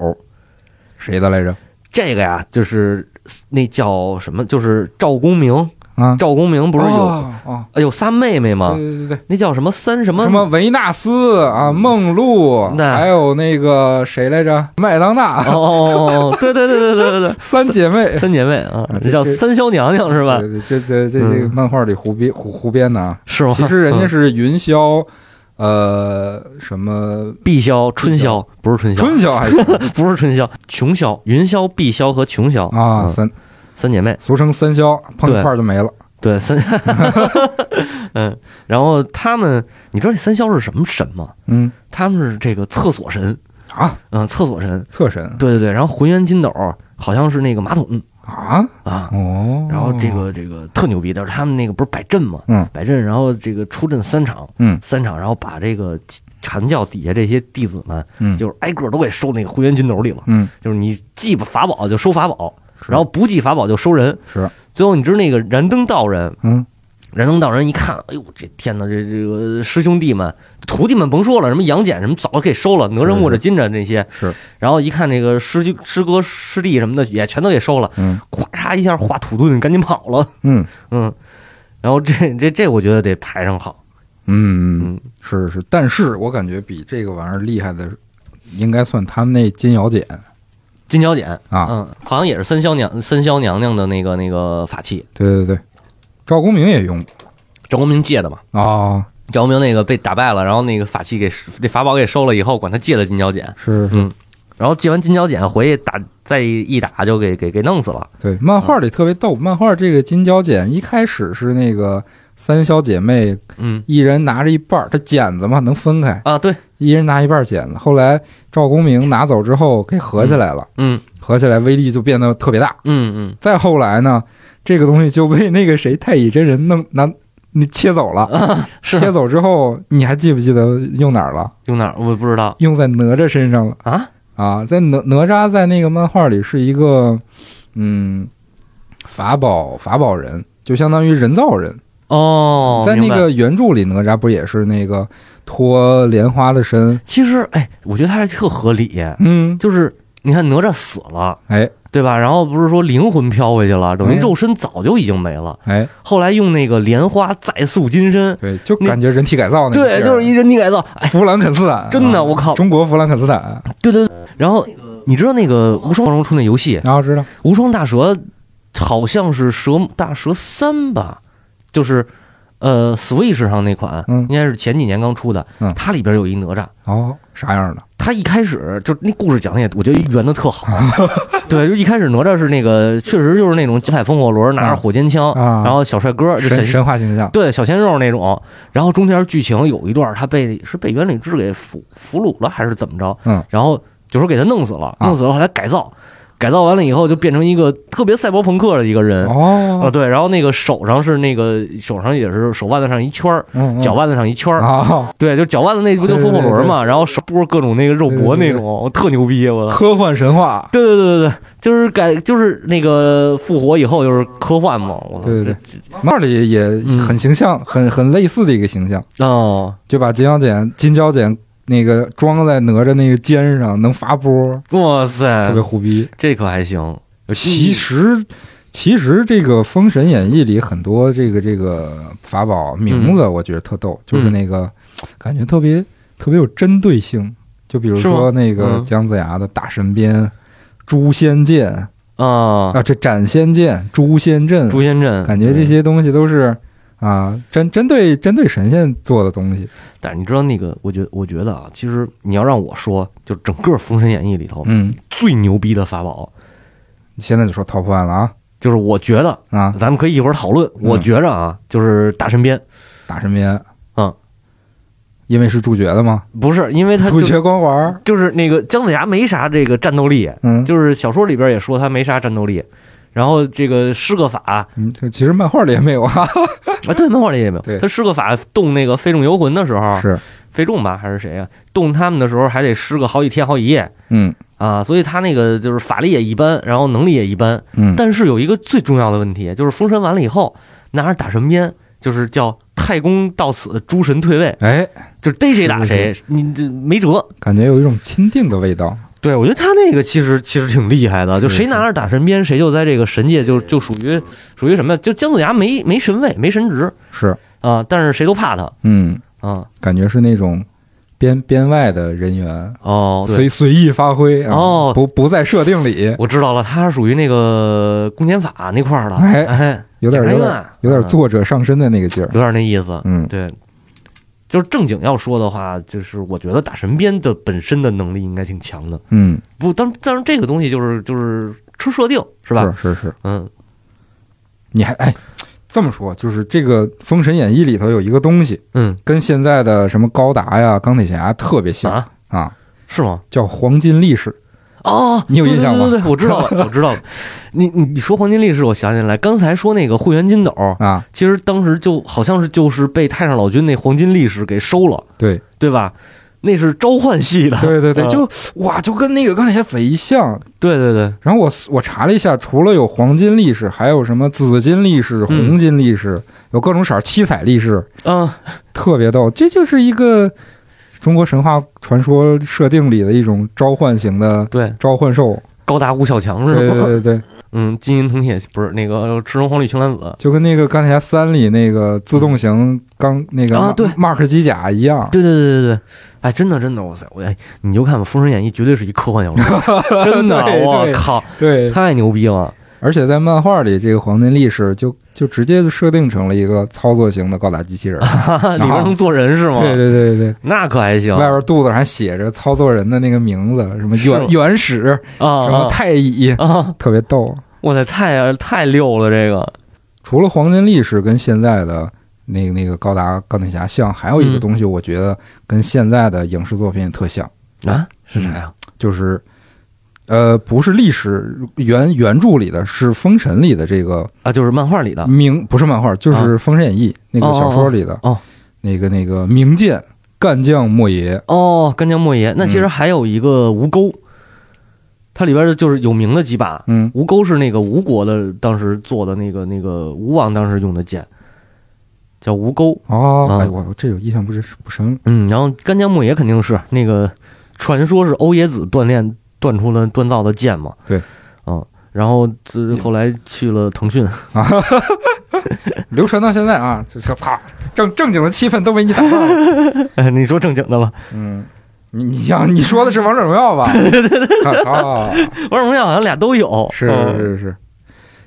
B: 谁的来着？
C: 这个呀，就是那叫什么？就是赵公明，
B: 啊，
C: 赵公明不是有、
B: 哦哦，
C: 哎有仨妹妹吗？
B: 对对对对。
C: 那叫什么三什么
B: 什么维纳斯啊，梦露，
C: 嗯那
B: 还有那个谁来着？麦当
C: 哦
B: 娜，
C: 哦，哦对对对对对对
B: 三姐妹
C: 对，，三姐妹啊
B: 啊，
C: 这
B: 这
C: 叫
B: 这
C: 三霄娘娘是吧？
B: 对对，这这这这个
C: 嗯
B: 漫画里胡编胡胡编的啊。
C: 是吗？
B: 其实人家
C: 嗯
B: 是云霄，呃，什么
C: 碧霄、春霄，不是春霄，
B: 春霄还行
C: 不是春霄，琼霄、云霄、碧霄和琼霄
B: 啊，
C: 嗯
B: 三
C: 三姐妹，
B: 俗称三霄，碰一块儿就没了。
C: 对三， 嗯，然后他们，你知道这三霄是什么神吗？
B: 嗯
C: 他们是这个厕所神，
B: 啊，
C: 嗯，厕所神，
B: 侧身
C: 对对对，然后浑元金斗好像是那个马桶
B: 啊，
C: 啊，
B: 哦，
C: 然后这个这个特牛逼的，他们那个不是摆阵吗？
B: 嗯
C: 摆阵，然后这个出阵三场，
B: 嗯
C: 三场，然后把这个禅教底下这些弟子们，
B: 嗯
C: 就是挨个都给收那个回元军斗里了。
B: 嗯
C: 就是你祭法宝就收法宝，
B: 是
C: 然后不祭法宝就收人。
B: 是
C: 最后你知道那个燃灯道人，
B: 嗯
C: 燃灯道人一看，哎呦，这天哪，这这个师兄弟们、徒弟们甭说了，什么杨戬什么早给收了，哪吒、木吒、金吒那些，
B: 是
C: 然后一看那个师兄、师哥、师弟什么的也全都给收了，
B: 嗯
C: 咵嚓一下化土遁，赶紧跑了。
B: 嗯
C: 嗯，然后这这这我觉得得排上号。
B: 嗯
C: 嗯
B: 是是，但是我感觉比这个玩意儿厉害的，应该算他们那金瑶简
C: 金角剪
B: 啊
C: 嗯，好像也是三霄娘三霄娘娘的那个那个法器，
B: 对对对，赵公明也用
C: 赵公明借的嘛。
B: 哦，
C: 赵公明那个被打败了，然后那个法器给那法宝给收了以后，管他借的金角剪，
B: 是是，
C: 嗯，然后借完金角剪回去打，再一打就给给给弄死了。
B: 对，漫画里特别逗，漫画这个金角剪一开始是那个三小姐妹
C: 嗯
B: 一人拿着一半儿，她剪子嘛能分开，
C: 啊，对，
B: 一人拿一半儿剪子，后来赵公明拿走之后给合起来了，
C: 嗯
B: 合起来威力就变得特别大。
C: 嗯嗯，
B: 再后来呢，这个东西就被那个谁太乙真人弄拿你切走了，
C: 啊是
B: 切走之后，你还记不记得用哪儿了？
C: 用哪儿我不知道
B: 用在哪吒身上了
C: 啊。
B: 啊！在哪哪吒在那个漫画里是一个嗯法宝法宝人，就相当于人造人。
C: 哦，
B: 在那
C: 明白
B: 个原著里，哪吒不也是那个托莲花的身？
C: 其实哎，我觉得他是特合理，
B: 嗯，
C: 就是你看哪吒死了，
B: 哎
C: 对吧？然后不是说灵魂飘回去了，等于
B: 嗯
C: 肉身早就已经没了。
B: 哎，
C: 后来用那个莲花再塑金身，
B: 对，就感觉人体改造那
C: 对，就是一人体改造。哎，
B: 弗兰肯斯坦，
C: 真的
B: 啊
C: 我靠
B: 中国弗兰肯斯坦，
C: 对对。对然后你知道那个无双王中出那游戏，
B: 然后知道
C: 无双大蛇好像是蛇大蛇三吧，就是呃 Switch 上那款，
B: 嗯
C: 应该是前几年刚出的。
B: 嗯
C: 它里边有一哪吒，
B: 哦，啥样的？
C: 他一开始就那故事讲的也，我觉得圆的特 好。对，就一开始哪吒是那个，确实就是那种脚踩风火轮，拿着火尖枪，
B: 啊
C: 然后小帅哥，就
B: 神
C: 小
B: 神话形象，
C: 对小鲜肉那种。然后中间剧情有一段，他被是被袁理智给俘俘虏了，还是怎么着？
B: 嗯，啊
C: 然后就说给他弄死了，弄死了后来改造，改造完了以后就变成一个特别赛博朋克的一个人。
B: 哦
C: 啊，，对，然后那个手上是那个手上也是手腕子上一圈儿，
B: 嗯嗯
C: 脚腕子上一哦圈儿，
B: 啊，
C: 对，就脚腕子那不就风火轮嘛，然后手不是各种那个肉搏那
B: 对对对
C: 种，我特牛逼，啊我操！
B: 科幻神话，
C: 对对对对对，就是改就是那个复活以后就是科幻嘛，我操！
B: 对对
C: 呃这
B: 漫画里也
C: 嗯
B: 很形象，很很类似的一个形象，
C: 哦，
B: 就把金角剪金角剪那个装在哪吒那个肩上，能发波，
C: 哇
B: 特
C: 塞
B: 别，胡逼。
C: 这可还行，
B: 其实。其实这个《封神演义》里很多这个这个法宝
C: 嗯
B: 名字，我觉得特逗，就是那个感觉特别特别有针对性。就比如
C: 是吗
B: 说那个
C: 嗯
B: 姜子牙的大神鞭、诛仙剑，
C: 啊，
B: 啊，这斩仙剑、诛仙阵，
C: 诛仙阵，嗯
B: 感觉这些东西都是啊，针针对针对神仙做的东西。
C: 嗯。但是你知道那个，我觉得我觉得啊，其实你要让我说，就整个《封神演义》里头
B: 嗯，
C: 最牛逼的法宝，
B: 你现在就说 top one 了啊
C: 就是我觉得，
B: 啊，嗯
C: 咱们可以一会儿讨论。我觉着啊，就是大神鞭，
B: 打神鞭，
C: 嗯，
B: 因为是主角的嘛，
C: 不是因为它就
B: 主角光环儿，
C: 就是那个姜子牙没啥这个战斗力，
B: 嗯，
C: 就是小说里边也说他没啥战斗力，然后这个施个法 啊，
B: 嗯这其实漫画里也没有啊，
C: 对，漫画里也没有，
B: 对
C: 他施个法动那个飞众游魂的时候，
B: 是，
C: 飞众吧还是谁呀、动他们的时候还得施个好几天好几夜
B: 嗯
C: 啊，所以他那个就是法力也一般，然后能力也一般，
B: 嗯，
C: 但是有一个最重要的问题，就是封神完了以后拿着打神鞭，就是叫太公到此诸神退位，
B: 哎，
C: 就是逮谁打
B: 是
C: 谁，你这没辙，
B: 感觉有一种钦定的味道，
C: 对，我觉得他那个其实其实挺厉害的，就是谁
B: 是
C: 拿着打神鞭，谁就在这个神界就就属于属于什么呀？就姜子牙没没神位，没神职
B: 是，
C: 啊，但是谁都怕他
B: 嗯，
C: 啊。
B: 感觉是那种编编外的人员。
C: 哦，对，
B: 随随意发挥啊
C: 哦
B: 不不在设定里，
C: 我知道了，他是属于那个公检法那块儿的，
B: 哎
C: 哎，
B: 有点
C: 检察
B: 有点
C: 院
B: 有点
C: 嗯
B: 作者上身的那个劲儿，
C: 有点那意思。
B: 嗯，
C: 对，就是正经要说的话，就是我觉得打神鞭的本身的能力应该挺强的，
B: 嗯，
C: 不，但但是这个东西就是就是吃设定是
B: 是
C: 吧？？
B: 是是，
C: 嗯
B: 你还哎，这么说就是这个《封神演义》里头有一个东西，
C: 嗯
B: 跟现在的什么高达呀、钢铁侠特别像
C: 啊，
B: 啊，
C: 是吗？
B: 叫黄金历史。
C: 哦，
B: 你有
C: 对
B: 印象吗
C: 对对对，我知道了，我知 道了。你你你说黄金历史，我想起来，刚才说那个会员金斗，
B: 啊，
C: 其实当时就好像是就是被太上老君那黄金历史给收了，
B: 对
C: 对吧？那是召唤系的，
B: 对对对，
C: 嗯
B: 就哇，就跟那个钢铁侠贼像。
C: 对对对，
B: 然后我我查了一下，除了有黄金历史，还有什么紫金历史、
C: 嗯
B: 红金历史，有各种色儿七彩历史，
C: 嗯，
B: 特别逗。这就是一个中国神话传说设定里的一种召唤型的
C: 对，
B: 召唤兽。
C: 高达吴小强是
B: 对
C: 吗？
B: 对对对，
C: 嗯，金银铜铁不是那个赤橙黄绿青蓝紫，
B: 就跟那个钢铁侠三里那个自动型钢那个
C: 啊对
B: Mark 机甲一样，
C: 对对对对对，哎，真的真的，哇塞，我哎，你就看吧，《封神演义》绝对是一科幻小 说，真的，
B: 对
C: 我
B: 对
C: 靠，
B: 对，
C: 太牛逼了！
B: 而且在漫画里，这个黄金力士就就直接就设定成了一个操作型的高达机 器人，
C: 里边能做人是吗？
B: 对对对对
C: 那可还行
B: 对，
C: 啊
B: 外边肚子上还写着操作人的那个名字，什么
C: 是吗
B: 原原始，什么
C: 啊
B: 太乙，
C: 啊！
B: 特别逗。
C: 我操，太太溜了这个，
B: 除了黄金力士跟现在的那个那个高达钢铁侠像，还有一个
C: 嗯
B: 东西，我觉得跟现在的影视作品特像，
C: 啊，是啥呀？
B: 嗯就是，呃，不是历史原原著里的，是《封神》里的这个
C: 啊，就是漫画里的
B: 名，不是漫画，就是《封神演义》那个小说里的
C: 哦哦
B: 那个那个名剑干将莫邪，
C: 哦，干将莫邪。那其实
B: 嗯
C: 还有一个吴钩，它里边就是有名的几把。
B: 嗯，
C: 吴钩是那个吴国的，当时做的那个那个吴王当时用的剑，叫吴钩。
B: 哦
C: 啊，
B: 哎，我这有印象不是不深，
C: 嗯，然后干将莫邪肯定是那个，传说是欧冶子锻炼锻出了锻造的剑嘛。
B: 对，
C: 嗯，然后这后来去了腾讯，
B: 流传到现在啊，这这啪，正正经的气氛都被你打断了，
C: 哎，你说正经的吧，
B: 嗯。你你想你说的是王者荣 耀吧？我操！
C: 王者荣耀好像俩都有。
B: 是
C: 嗯
B: 是是，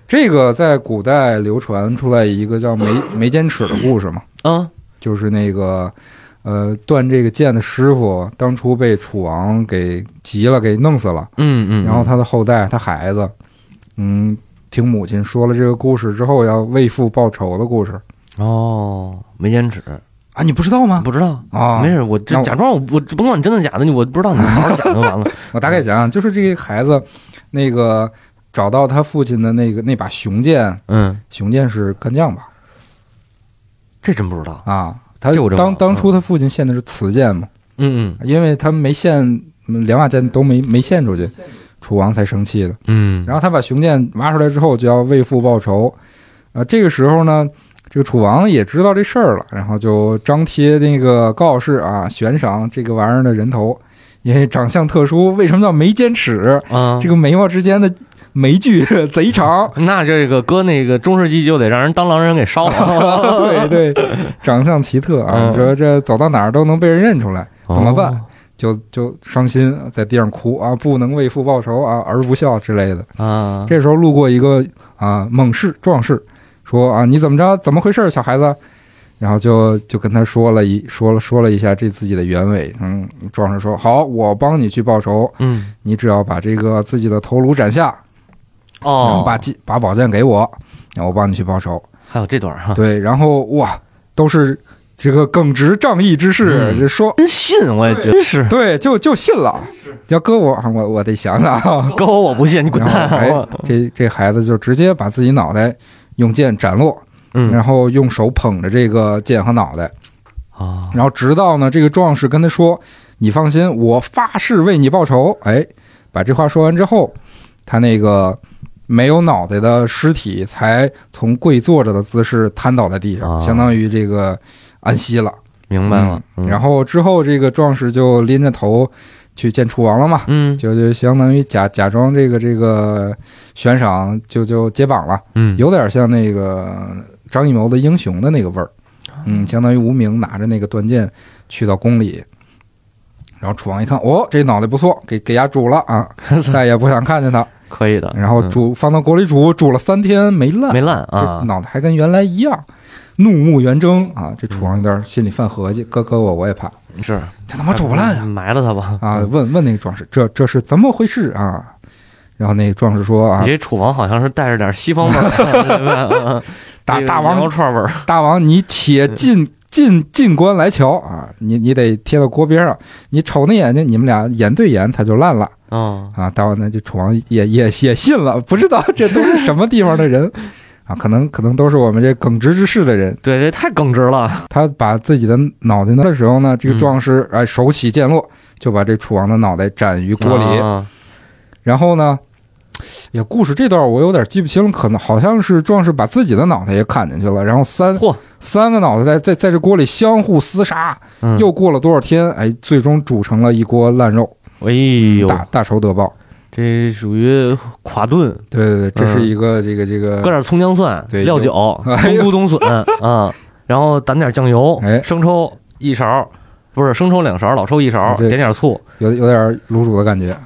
B: 这个在古代流传出来一个叫眉眉间尺的故事嘛，
C: 啊，
B: 就是那个呃断这个剑的师傅当初被楚王给急了，给弄死了，
C: 嗯嗯，
B: 然后他的后代，他孩子，嗯，听母亲说了这个故事之后，要为父报仇的故事
C: 哦，没坚持，
B: 啊，你不知道吗？
C: 不知道。
B: 啊，
C: 没事，我这
B: 那我
C: 假装我我甭管你真的假的，你我不知道，你好好讲就完了。
B: 我大概讲讲，就是这个孩子，那个找到他父亲的那个那把雄剑，
C: 嗯，
B: 雄剑是干将吧？
C: 这真不知道。
B: 啊，他
C: 这我真嗯
B: 当
C: 忘了
B: 当初他父亲献的是雌剑嘛，
C: 嗯
B: 因为他没献嗯两把剑都没没献出去，楚王才生气的。
C: 嗯
B: 然后他把雄剑挖出来之后，就要为父报仇。啊、这个时候呢，这个楚王也知道这事儿了，然后就张贴那个告示啊，悬赏这个玩意儿的人头，因为长相特殊，为什么叫眉间尺？
C: 后啊，
B: 这个眉毛之间的眉距 贼长，
C: 那这个搁那个中世纪就得让人当狼人给烧了。
B: 对对，长相奇特啊，
C: 嗯
B: 你说这走到哪儿都能被人认出来，
C: 哦
B: 怎么办？？就就伤心，在地上哭啊，不能为父报仇啊，儿不孝之类的。
C: 啊，
B: 这时候路过一个啊猛士壮士，说啊你怎么着？怎么回事儿，小孩子？然后就就跟他说了一说了说了一下这自己的原委。嗯，壮士说好，我帮你去报仇，
C: 嗯
B: 你只要把这个自己的头颅斩下，然后
C: 哦，
B: 把剑把宝剑给我，然后我帮你去报仇。
C: 还有这段儿哈，
B: 对，然后哇，都是这个耿直仗义之士，
C: 嗯
B: 就说
C: 真信我也觉得真是。
B: 对，就就信了。要搁我，我我得想想 啊。
C: 搁我我不信，你滚
B: 然
C: 蛋！
B: 后哎
C: 我，
B: 这这孩子就直接把自己脑袋用剑斩落，
C: 嗯
B: 然后用手捧着这个剑和脑袋，
C: 啊，
B: 然后直到呢这个壮士跟他说：“你放心，我发誓为你报仇。”哎，把这话说完之后，他那个没有脑袋的尸体才从跪坐着的姿势瘫倒在地
C: 啊
B: 上，相当于这个安息了。
C: 明白了。嗯
B: 然后之后这个壮士就拎着头去见楚王了嘛。
C: 嗯
B: 就就相当于假假装这个这个悬赏就就解绑了，
C: 嗯
B: 有点像那个张艺谋的《英雄》的那个味儿，嗯，相当于无名拿着那个断剑去到宫里，然后楚王一看，哦，这脑袋不错，给给牙煮了啊，再也不想看见他，
C: 可以的。
B: 然后
C: 嗯
B: 煮放到锅里煮，煮了三天没烂，
C: 没烂啊
B: 这，脑袋还跟原来一样，怒目圆睁啊，这楚王有点心里犯合计，搁搁我我也怕，
C: 是
B: 他怎么煮不烂呀？
C: 埋了他吧
B: 嗯啊，！问问那个壮士，这这是怎么回事啊？然后那个壮士说啊
C: 你，这楚王好像是带着点西方味 儿对吧，嗯
B: 大
C: 那个
B: 大王
C: 羊肉串味儿，
B: 大王，你且进进进关来瞧啊，你你得贴到锅边上，你瞅那眼睛，你们俩眼对眼，它就烂了
C: 嗯
B: 啊。大王那这楚王也也也信了，不知道这都是什么地方的人 啊，可能可能都是我们这耿直之士的人。
C: 对，这太耿直了，
B: 他把自己的脑袋拿的时候呢，这个壮士哎手起剑落，就把这楚王的脑袋斩于锅里。
C: 啊
B: 然后呢，也故事这段我有点记不清了，可能好像是壮士把自己的脑袋也砍进去了，然后三
C: 嚯
B: 三个脑袋在在在这锅里相互厮杀，
C: 嗯
B: 又过了多少天，哎，最终煮成了一锅烂肉，
C: 哎呦，
B: 大大仇得报。
C: 这属于垮炖，
B: 对对对，这是
C: 嗯
B: 一个这个这个
C: 搁点葱姜蒜、
B: 对
C: 料
B: 有
C: 酒、
B: 哎
C: 冬
B: 呦
C: 菇、冬笋啊，然后打点酱油
B: 哎，
C: 生抽一勺，不是生抽两勺，老抽一勺，
B: 这
C: 点点醋，
B: 有有点卤煮的感觉，啊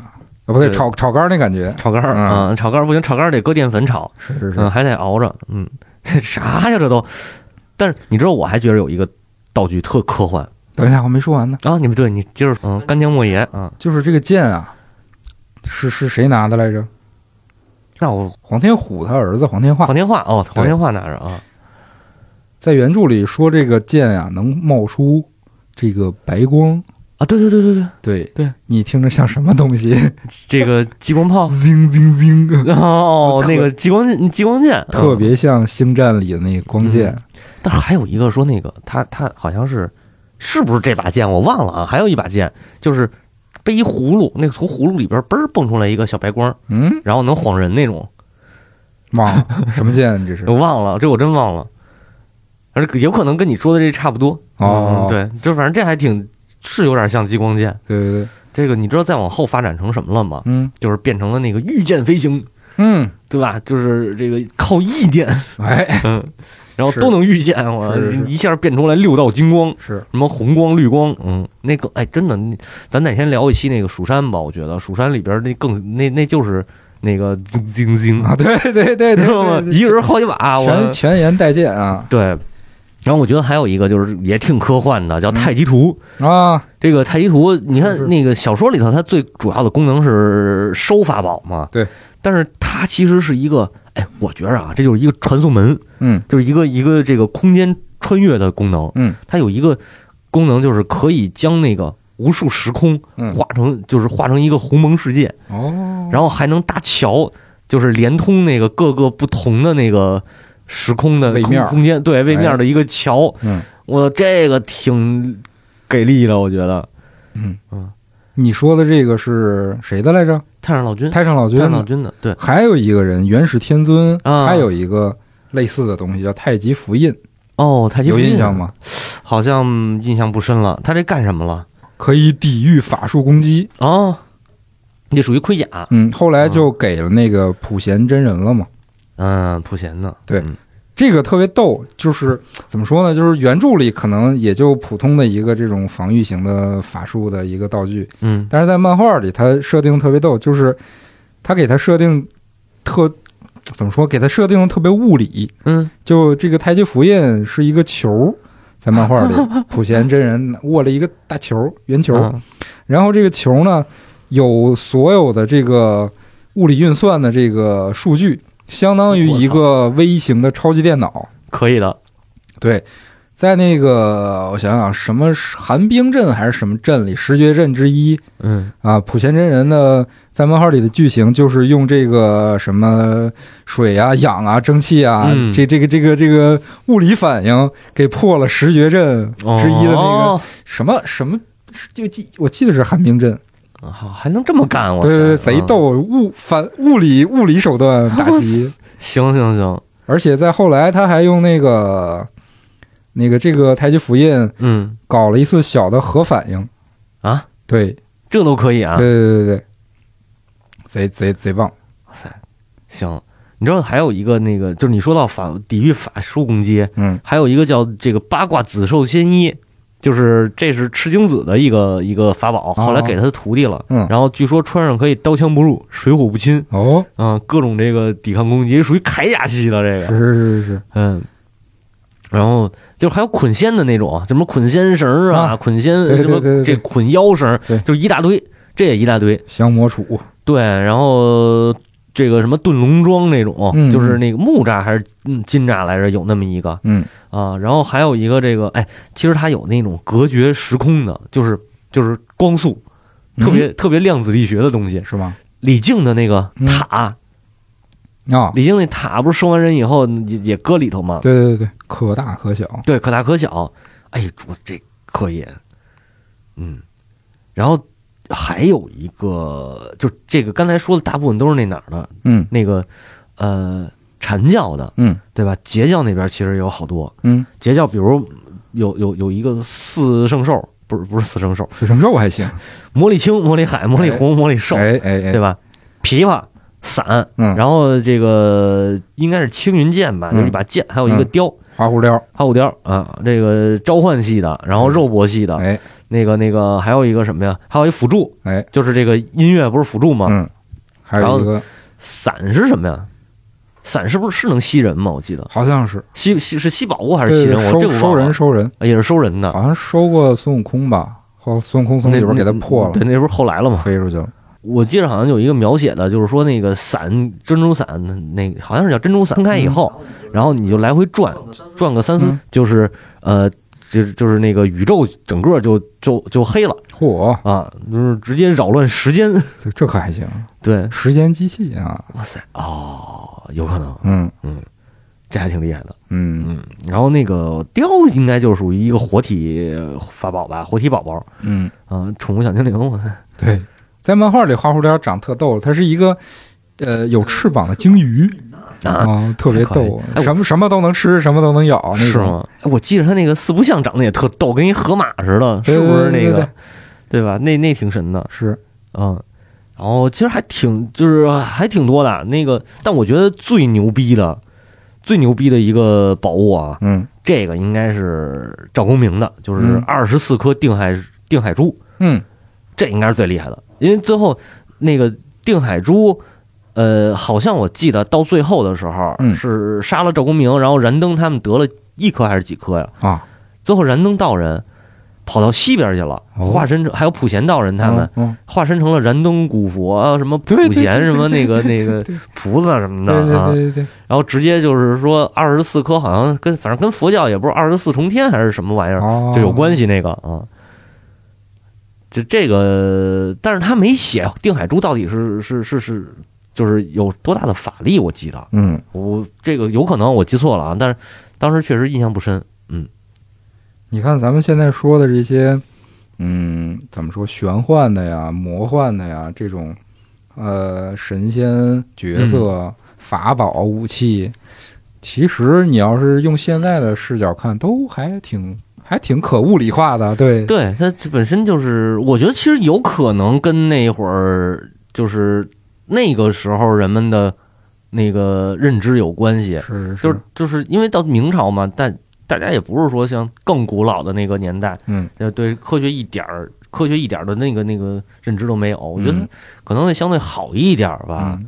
B: 不对，
C: 对
B: 炒炒肝儿那感觉，
C: 炒肝儿
B: 嗯
C: 啊，炒肝儿不行，炒肝儿得搁淀粉炒，
B: 是是
C: 嗯，
B: 是，
C: 还得熬着，嗯， 啥呀这都？但是你知道，我还觉得有一个道具特科幻
B: 等一下我没说完呢，
C: 啊！你们对你接着，嗯，干将莫邪啊，
B: 就是这个剑啊，是是谁拿的来着？
C: 那我
B: 黄天虎他儿子黄天化
C: 黄天化哦，黄天化拿着啊，
B: 在原著里说这个剑啊能冒出这个白光，
C: 啊，对对对对对，
B: 对
C: 对，
B: 你听着像什么东西？，
C: 这个激光 炮
B: zing zing zing，
C: 哦，
B: 特
C: 那个激光激光剑，
B: 特
C: 嗯
B: 别像《星战》里的那个光剑，
C: 但是还有一个说那个他他好像是是不是这把剑我忘了啊？还有一把剑就是背一葫芦，那个从葫芦里边嘣儿蹦出来一个小白光，
B: 嗯，
C: 然后能晃人那种，
B: 忘了什么 剑这是？
C: 我忘了，这我真忘了。而且有可能跟你说的这差不多
B: 哦
C: 嗯对，就反正这还挺是有点像激光剑。
B: 对对对，
C: 这个你知道再往后发展成什么了吗？
B: 嗯
C: 就是变成了那个御剑飞行，
B: 嗯，
C: 对吧？就是这个靠意剑，
B: 哎，
C: 嗯，然后
B: 是
C: 都能御剑，我
B: 是是是
C: 一下变出来六道金光，
B: 是
C: 什么红光、绿光，嗯，那个，哎，真的，你咱哪天聊一期那个蜀山吧？我觉得蜀山里边那更那那就是那个晶晶晶，
B: 啊，对对对对
C: 知道吗
B: 对，？对
C: 一个人好几把，我
B: 全全言待见啊
C: 对。然后我觉得还有一个就是也挺科幻的，叫太极图。
B: 啊，
C: 这个太极图，你
B: 是是
C: 看那个小说里头，它最主要的功能是收法宝嘛。
B: 对。
C: 但是它其实是一个，哎，我觉着啊，这就是一个传送门，
B: 嗯
C: 就是一个一个这个空间穿越的功能。
B: 嗯
C: 它有一个功能，就是可以将那个无数时空
B: 嗯，
C: 化成，就是化成一个鸿蒙世界，
B: 哦，
C: 然后还能搭桥，就是连通那个各个不同的那个时空的
B: 位
C: 空
B: 面儿
C: 空间，对位
B: 哎
C: 面的一个桥。
B: 嗯
C: 我这个挺给力的，我觉得。
B: 嗯
C: 嗯
B: 你说的这个是谁的来着？
C: 太上老君，
B: 太上老
C: 嗯
B: 君
C: 太上
B: 的
C: 老君的，对，
B: 还有一个人，元始天尊，
C: 啊
B: 他有一个类似的东西叫太极符印，
C: 哦，太极
B: 有
C: 图
B: 印象？吗？
C: 好像印象不深了。他这干什么了？
B: 可以抵御法术攻击。
C: 哦，这属于盔甲，
B: 嗯，后来就给了那个普贤真人了嘛。
C: 嗯，普贤的，
B: 对
C: 嗯
B: 这个特别逗，就是怎么说呢？就是原著里可能也就普通的一个这种防御型的法术的一个道具，
C: 嗯，
B: 但是在漫画里，它设定特别逗，就是他给他设定特怎么说？给他设定的特别物理，
C: 嗯，
B: 就这个太极符印是一个球，在漫画里，普贤真人握了一个大球，圆球，
C: 嗯
B: 然后这个球呢，有所有的这个物理运算的这个数据，相当于一个微型的超级电脑。
C: 可以的，
B: 对，在那个我想想，什么寒冰阵还是什么阵里，十绝阵之一
C: 嗯，
B: 啊，普贤真人的在漫画里的剧情就是用这个什么水啊、氧啊、蒸汽啊，
C: 嗯
B: 这这个这个这个物理反应给破了十绝阵之一的那个、
C: 哦
B: 什么什么。就记我记得是寒冰阵，
C: 好，还能这么干，我
B: 对对对，
C: 塞
B: 贼
C: 嗯
B: 逗，物反物理物理手段 打击，
C: 嗯行行行，
B: 而且在后来他还用那个那个这个太极符印
C: 嗯
B: 搞了一次小的核反应，
C: 啊，
B: 对
C: 这都可以啊
B: 对，对对对，贼贼贼棒，
C: 哇塞，行。你知道还有一个那个，就是你说到法抵御法术攻击，
B: 嗯
C: 还有一个叫这个八卦紫兽仙衣，就是这是吃精子的一个一个法宝，后来给他的徒弟了。
B: 哦嗯
C: 然后据说穿上可以刀枪不入、水火不侵，
B: 哦，
C: 嗯，各种这个抵抗攻击，属于铠甲系的这
B: 是
C: 个，
B: 是是是，
C: 嗯。然后就是还有捆仙的那种，啊什么捆仙绳儿
B: 啊
C: 啊，捆仙
B: 对对
C: 什么
B: 对对
C: 这捆腰绳儿
B: 对，
C: 就是一大堆，这也一大堆。
B: 降魔杵，
C: 对，然后这个什么遁龙桩那种，
B: 嗯
C: 就是那个木栅还是嗯金栅来着，有那么一个
B: 嗯
C: 啊。然后还有一个这个，哎，其实它有那种隔绝时空的，就是就是光速，特别、特别量子力学的东西。
B: 嗯是吗？
C: 李靖的那个
B: 嗯
C: 塔，
B: 啊，
C: 李靖那塔不是收完人以后也也搁里头吗？
B: 对对对对，可大可小，
C: 对，可大可小。哎，我这可以，嗯，然后还有一个，就这个刚才说的大部分都是那哪儿的
B: 嗯
C: 那个，呃，禅教的，
B: 嗯
C: 对吧？截教那边其实有好多，
B: 嗯，
C: 截教比如有有有一个四圣兽，不是不是四圣兽，
B: 死神咒还行，
C: 魔力青、魔力海、魔力红、魔力兽，
B: 哎哎哎，
C: 对吧？琵琶、伞，
B: 嗯
C: 然后这个应该是青云剑吧，
B: 嗯
C: 就是一把剑，还有一个
B: 嗯
C: 雕，
B: 花狐貂，
C: 花骨雕啊，这个召唤系的，然后肉搏系的，
B: 哎，
C: 那个那个还有一个什么呀？还有一辅助，
B: 哎，
C: 就是这个音乐不是辅助吗？
B: 嗯，还有一个
C: 伞是什么呀？伞是不是是能吸人吗？我记得
B: 好像是
C: 吸吸是吸宝物还是吸
B: 对
C: 人？我这
B: 收
C: 个
B: 收
C: 忘了
B: 人收人，
C: 啊嗯也是收人的，
B: 好像收过孙悟空吧，后孙悟空从
C: 那
B: 里边给他破了
C: 对，，那不是后来了吗？
B: 飞出去了，
C: 我记得好像有一个描写的，就是说那个伞，珍珠伞，那个好像是叫珍珠伞，分开以后，然后你就来回转，转个三四，
B: 嗯
C: 就是呃，就是就是那个宇宙整个就就就黑了
B: 嚯，
C: 啊，就是直接扰乱时间。
B: 这这可还行，
C: 对，
B: 时间机器啊，
C: 哇塞，哦，有可能，
B: 嗯
C: 这还挺厉害的。
B: 嗯
C: 嗯，然后那个貂应该就是属于一个活体呃法宝吧，活体宝宝
B: 嗯，
C: 啊，宠物小精灵，我塞，
B: 对，在漫画里花狐貂长特逗，它是一个呃有翅膀的鲸鱼
C: 啊
B: 哦特别
C: 还可以
B: 逗
C: 哎，我
B: 什么什么都能吃，什么都能咬，那
C: 是
B: 种
C: 吗？哎我记得他那个四不像长得也特逗，跟一河马似的，是不是那
B: 对对对
C: 个
B: 对？
C: 对吧？那那挺神的，
B: 是
C: 嗯。然后其实还挺，就是还挺多的。那个，但我觉得最牛逼的、最牛逼的一个宝物啊，
B: 嗯
C: 这个应该是赵公明的，就是
B: 嗯
C: 二十四颗定海定海珠，
B: 嗯
C: 这应该是最厉害的。因为最后那个定海珠，呃，好像我记得到最后的时候、
B: 嗯
C: 是杀了赵公明，然后燃灯他们得了一颗还是几颗呀？
B: 啊，
C: 最后燃灯道人跑到西边去了，
B: 哦
C: 化身成还有普贤道人他们、
B: 嗯
C: 化身成了燃灯古佛啊，什么普
B: 对对
C: 贤
B: 对
C: 什么那
B: 对
C: 个那
B: 对
C: 个
B: 对
C: 菩萨什么的
B: 对对
C: 啊，
B: 对对对，
C: 然后直接就是说二十四颗好像跟反正跟佛教也不是二十四重天还是什么玩意儿，
B: 哦
C: 就有关系那个啊。就这个，但是他没写定海珠到底是是是是，就是有多大的法力，我记得
B: 嗯。
C: 我这个有可能我记错了啊，但是当时确实印象不深。
B: 你看咱们现在说的这些，嗯，怎么说玄幻的呀、魔幻的呀这种，呃，神仙
C: 嗯
B: 角色、法宝、武器，其实你要是用现在的视角看，都还挺还挺可物理化的，对，
C: 对，它本身就是，我觉得其实有可能跟那会儿就是那个时候人们的那个认知有关系。
B: 是
C: 就是就是因为到明朝嘛，但大家也不是说像更古老的那个年代，
B: 嗯
C: 呃，对科学一点儿科学一点儿的那个那个认知都没有，我觉得
B: 嗯
C: 可能会相对好一点儿吧。
B: 嗯，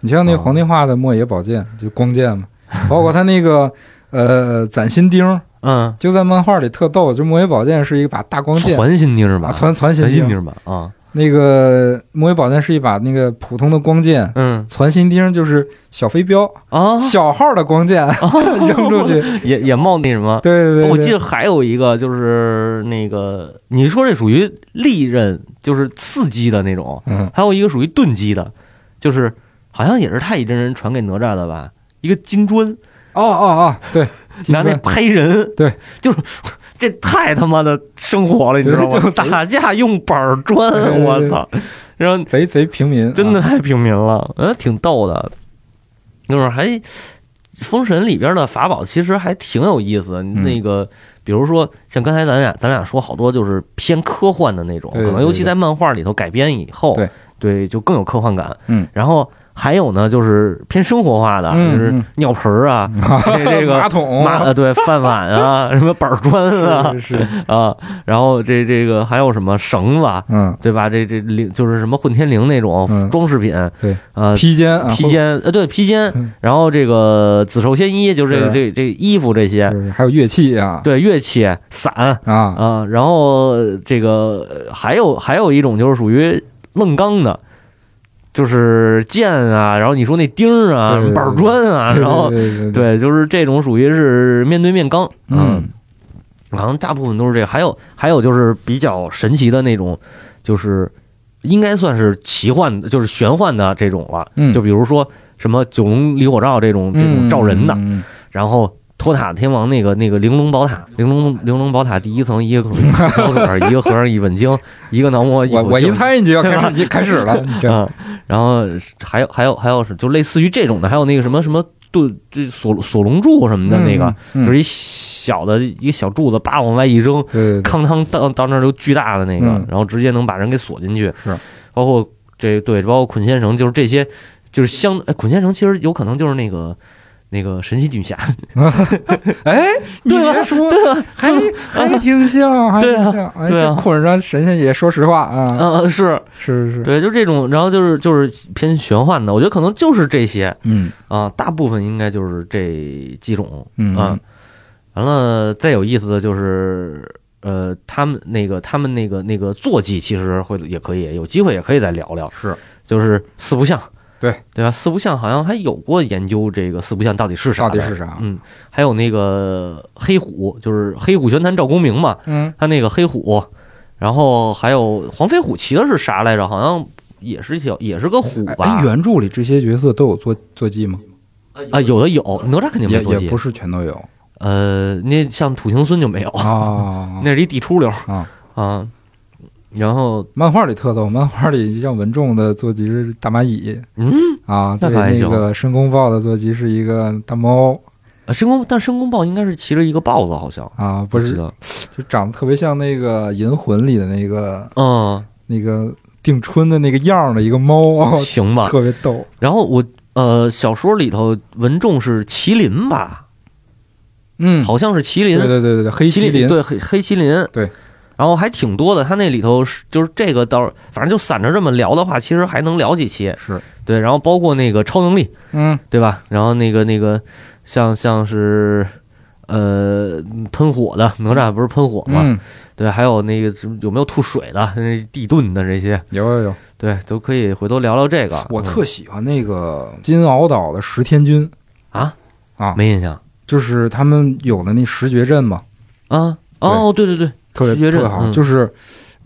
B: 你像那
C: 啊
B: 皇帝画的莫邪宝剑，就光剑嘛，包括他那个呃攒心钉儿，
C: 嗯，
B: 就在漫画里特逗，就莫邪宝剑是一把大光剑，
C: 传心钉儿吧，
B: 啊，攒攒心
C: 传心
B: 钉
C: 钉。儿吧，啊，
B: 那个魔鬼宝剑是一把那个普通的光剑，
C: 嗯
B: 攒心钉就是小飞镖，
C: 啊，
B: 小号的 光剑扔出去。
C: 也也冒那什么。
B: 对对对，
C: 哦我记
B: 对
C: 得还有一个就是那个，你说这属于利刃，就是刺击的那种，
B: 嗯，
C: 还有一个属于钝击的，就是好像也是太乙真人传给哪吒的吧，一个金砖，
B: 哦哦哦，对，金
C: 拿那
B: 砖
C: 拍人，
B: 对，
C: 就是这太他妈的生活了，你知道
B: 对
C: 吗
B: 就？
C: 打架用板砖
B: 对，对
C: 我
B: 对
C: 操！然后
B: 贼贼平民，
C: 真的
B: 啊
C: 太平民了，嗯，挺逗的。就是还《封神》里边的法宝其实还挺有意思的，
B: 嗯
C: 那个比如说像刚才咱俩咱俩说好多就是偏科幻的那种，
B: 对
C: 可能
B: 对
C: 尤其
B: 对
C: 在漫画里头改编以后，
B: 对
C: 对就更有科幻感。
B: 嗯，
C: 然后还有呢，就是偏生活化的，
B: 嗯
C: 就是
B: 嗯
C: 尿盆儿 啊，这这个
B: 马桶
C: 马呃对饭碗 啊，什么板砖啊
B: 哦是是是，
C: 啊，然后这这个还有什么绳子啊，
B: 嗯，
C: 对吧？这这铃就是什么混天绫那种
B: 嗯
C: 装饰品，
B: 对，
C: 呃
B: 披肩啊，
C: 披肩呃对披肩
B: 嗯，
C: 然后这个紫寿仙衣就是这个
B: 是
C: 这这衣服这
B: 或
C: 些，
B: 是还有乐器啊，
C: 对乐器伞啊、
B: 啊，
C: 然后这个呃还有还有一种就是属于愣钢的。就是剑啊，然后你说那钉儿啊
B: 对对，对
C: 板砖啊，
B: 对
C: 然后
B: 对对对，
C: 对，就是这种属于是面对面刚，
B: 嗯，
C: 好像大部分都是这个。还有还有就是比较神奇的那种，就是应该算是奇幻的，就是玄幻的这种了。
B: 嗯
C: 就比如说什么九龙离火罩这种这种照人的，
B: 嗯，嗯
C: 然后。托塔天王那个那个玲珑宝塔，玲珑玲珑宝塔第一层一个口一个小嘴儿，一个和尚一本经，一个囊模一
B: 我
C: 口
B: 我一
C: 性
B: 猜你就要开 始，你开始了，你这
C: 啊、然后还有还有还有是就类似于这种的，还有那个什么什么盾，这锁锁龙柱什么的那个，
B: 嗯嗯
C: 就是一小的一个小柱子，叭往外一扔，
B: 对对对，
C: 康康到到那儿就巨大的那个，
B: 嗯
C: 然后直接能把人给锁进去。
B: 是，
C: 包括这对，包括捆仙绳，就是这些，就是相哎捆仙绳其实有可能就是那个那个神奇女侠，
B: 哎，你
C: 对吧啊
B: 别说，
C: 对吧？
B: 还 还挺像，还挺
C: 对啊
B: 像。哎，
C: 对啊
B: 这捆上神仙也，说实话啊，
C: 呃， 是
B: 是是是，
C: 对，就这种，然后就是就是偏玄幻的，我觉得可能就是这些
B: 嗯
C: 啊、大部分应该就是这几种
B: 嗯
C: 啊。完了，再有意思的就是，呃，他们那个他们那个那个坐骑其实会也可以，有机会也可以再聊聊，
B: 是
C: 就是四不像，
B: 对
C: 对吧？四不像好像还有过研究这个四不像到底是啥
B: 到
C: 的，
B: 底是啥？
C: 嗯，还有那个黑虎，就是黑虎玄坛赵公明嘛，
B: 嗯
C: 他那个黑虎，然后还有黄飞虎骑的是啥来着？好像也是一条，也是个虎
B: 哎，
C: 吧
B: 哎？原著里这些角色都有坐坐骑吗？
C: 啊，有的有，哪吒肯定没
B: 也
C: 坐
B: 也
C: 骑
B: 不。是全都有
C: 呃，那像土行孙就没有，
B: 啊。
C: 哦 那是一地出溜
B: 啊
C: 啊。然后
B: 漫画里特逗，漫画里像文仲的坐骑是大蚂蚁
C: 嗯，
B: 啊，
C: 那
B: 对，
C: 可还
B: 那个申公豹的坐骑是一个大猫
C: 啊申公，但申公豹应该是骑着一个豹子，好像
B: 啊，不
C: 记
B: 是，
C: 得
B: 就长得特别像那个《银魂》里的那个
C: 嗯，
B: 那个定春的那个样儿的一个猫，哦
C: 行吧。
B: 特别逗。
C: 然后我呃，小说里头文仲是麒麟吧？
B: 嗯，
C: 好像是麒麟，
B: 对对对对对，黑
C: 麒
B: 麒麟，
C: 对黑黑麒麟，
B: 对，
C: 然后还挺多的。他那里头是就是这个倒是，反正就散着这么聊的话，其实还能聊几期。
B: 是，
C: 对，然后包括那个超能力，
B: 嗯
C: 对吧？然后那个那个像像是呃喷火的哪吒不是喷火吗？
B: 嗯，
C: 对，还有那个什么有没有吐水的、那地遁的这些，
B: 有有有，
C: 对，都可以回头聊聊这个。
B: 我特喜欢那个金鳌岛的石天君，啊
C: 嗯没印象
B: 就是他们有的那石觉阵嘛，
C: 啊。哦，对对对，
B: 特
C: 石
B: 别
C: 觉阵
B: 特别好，
C: 嗯
B: 就是。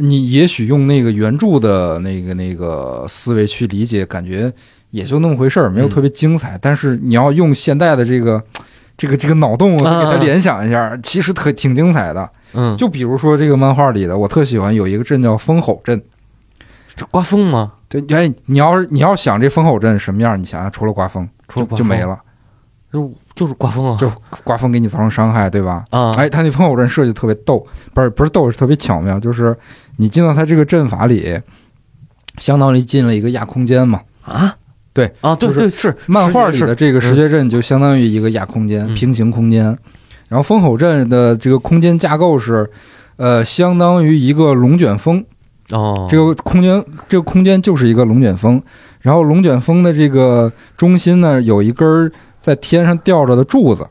B: 你也许用那个原著的那个那个思维去理解，感觉也就那么回事儿，没有
C: 嗯
B: 特别精彩。但是你要用现代的这个这个这个脑 洞去给
C: 啊
B: 它
C: 啊啊
B: 联想一下，其实特挺精彩的。
C: 嗯，
B: 就比如说这个漫画里的，我特喜欢有一个阵叫风吼阵，
C: 这刮风吗？
B: 对，哎，你要是你要想这风吼阵什么样，你想想，啊除了刮风，
C: 除了刮
B: 就就没
C: 风
B: 了，
C: 就是就是刮风啊
B: 就刮风给你造成伤害，对吧？
C: 啊！
B: 哎，他那风吼阵设计特别逗，不是不是逗，是特别巧妙，就是你进到他这个阵法里，相当于进了一个亚空间嘛。
C: 啊，
B: 对
C: 啊，对
B: 就是
C: 对是
B: 漫画里
C: 是
B: 的这个石觉阵就相当于一个亚空间，
C: 嗯
B: 平行空间。然后风吼阵的这个空间架构是，呃，相当于一个龙卷风，
C: 哦，
B: 这个空间，这个空间就是一个龙卷风，然后龙卷风的这个中心呢，有一根儿在天上吊着的柱子，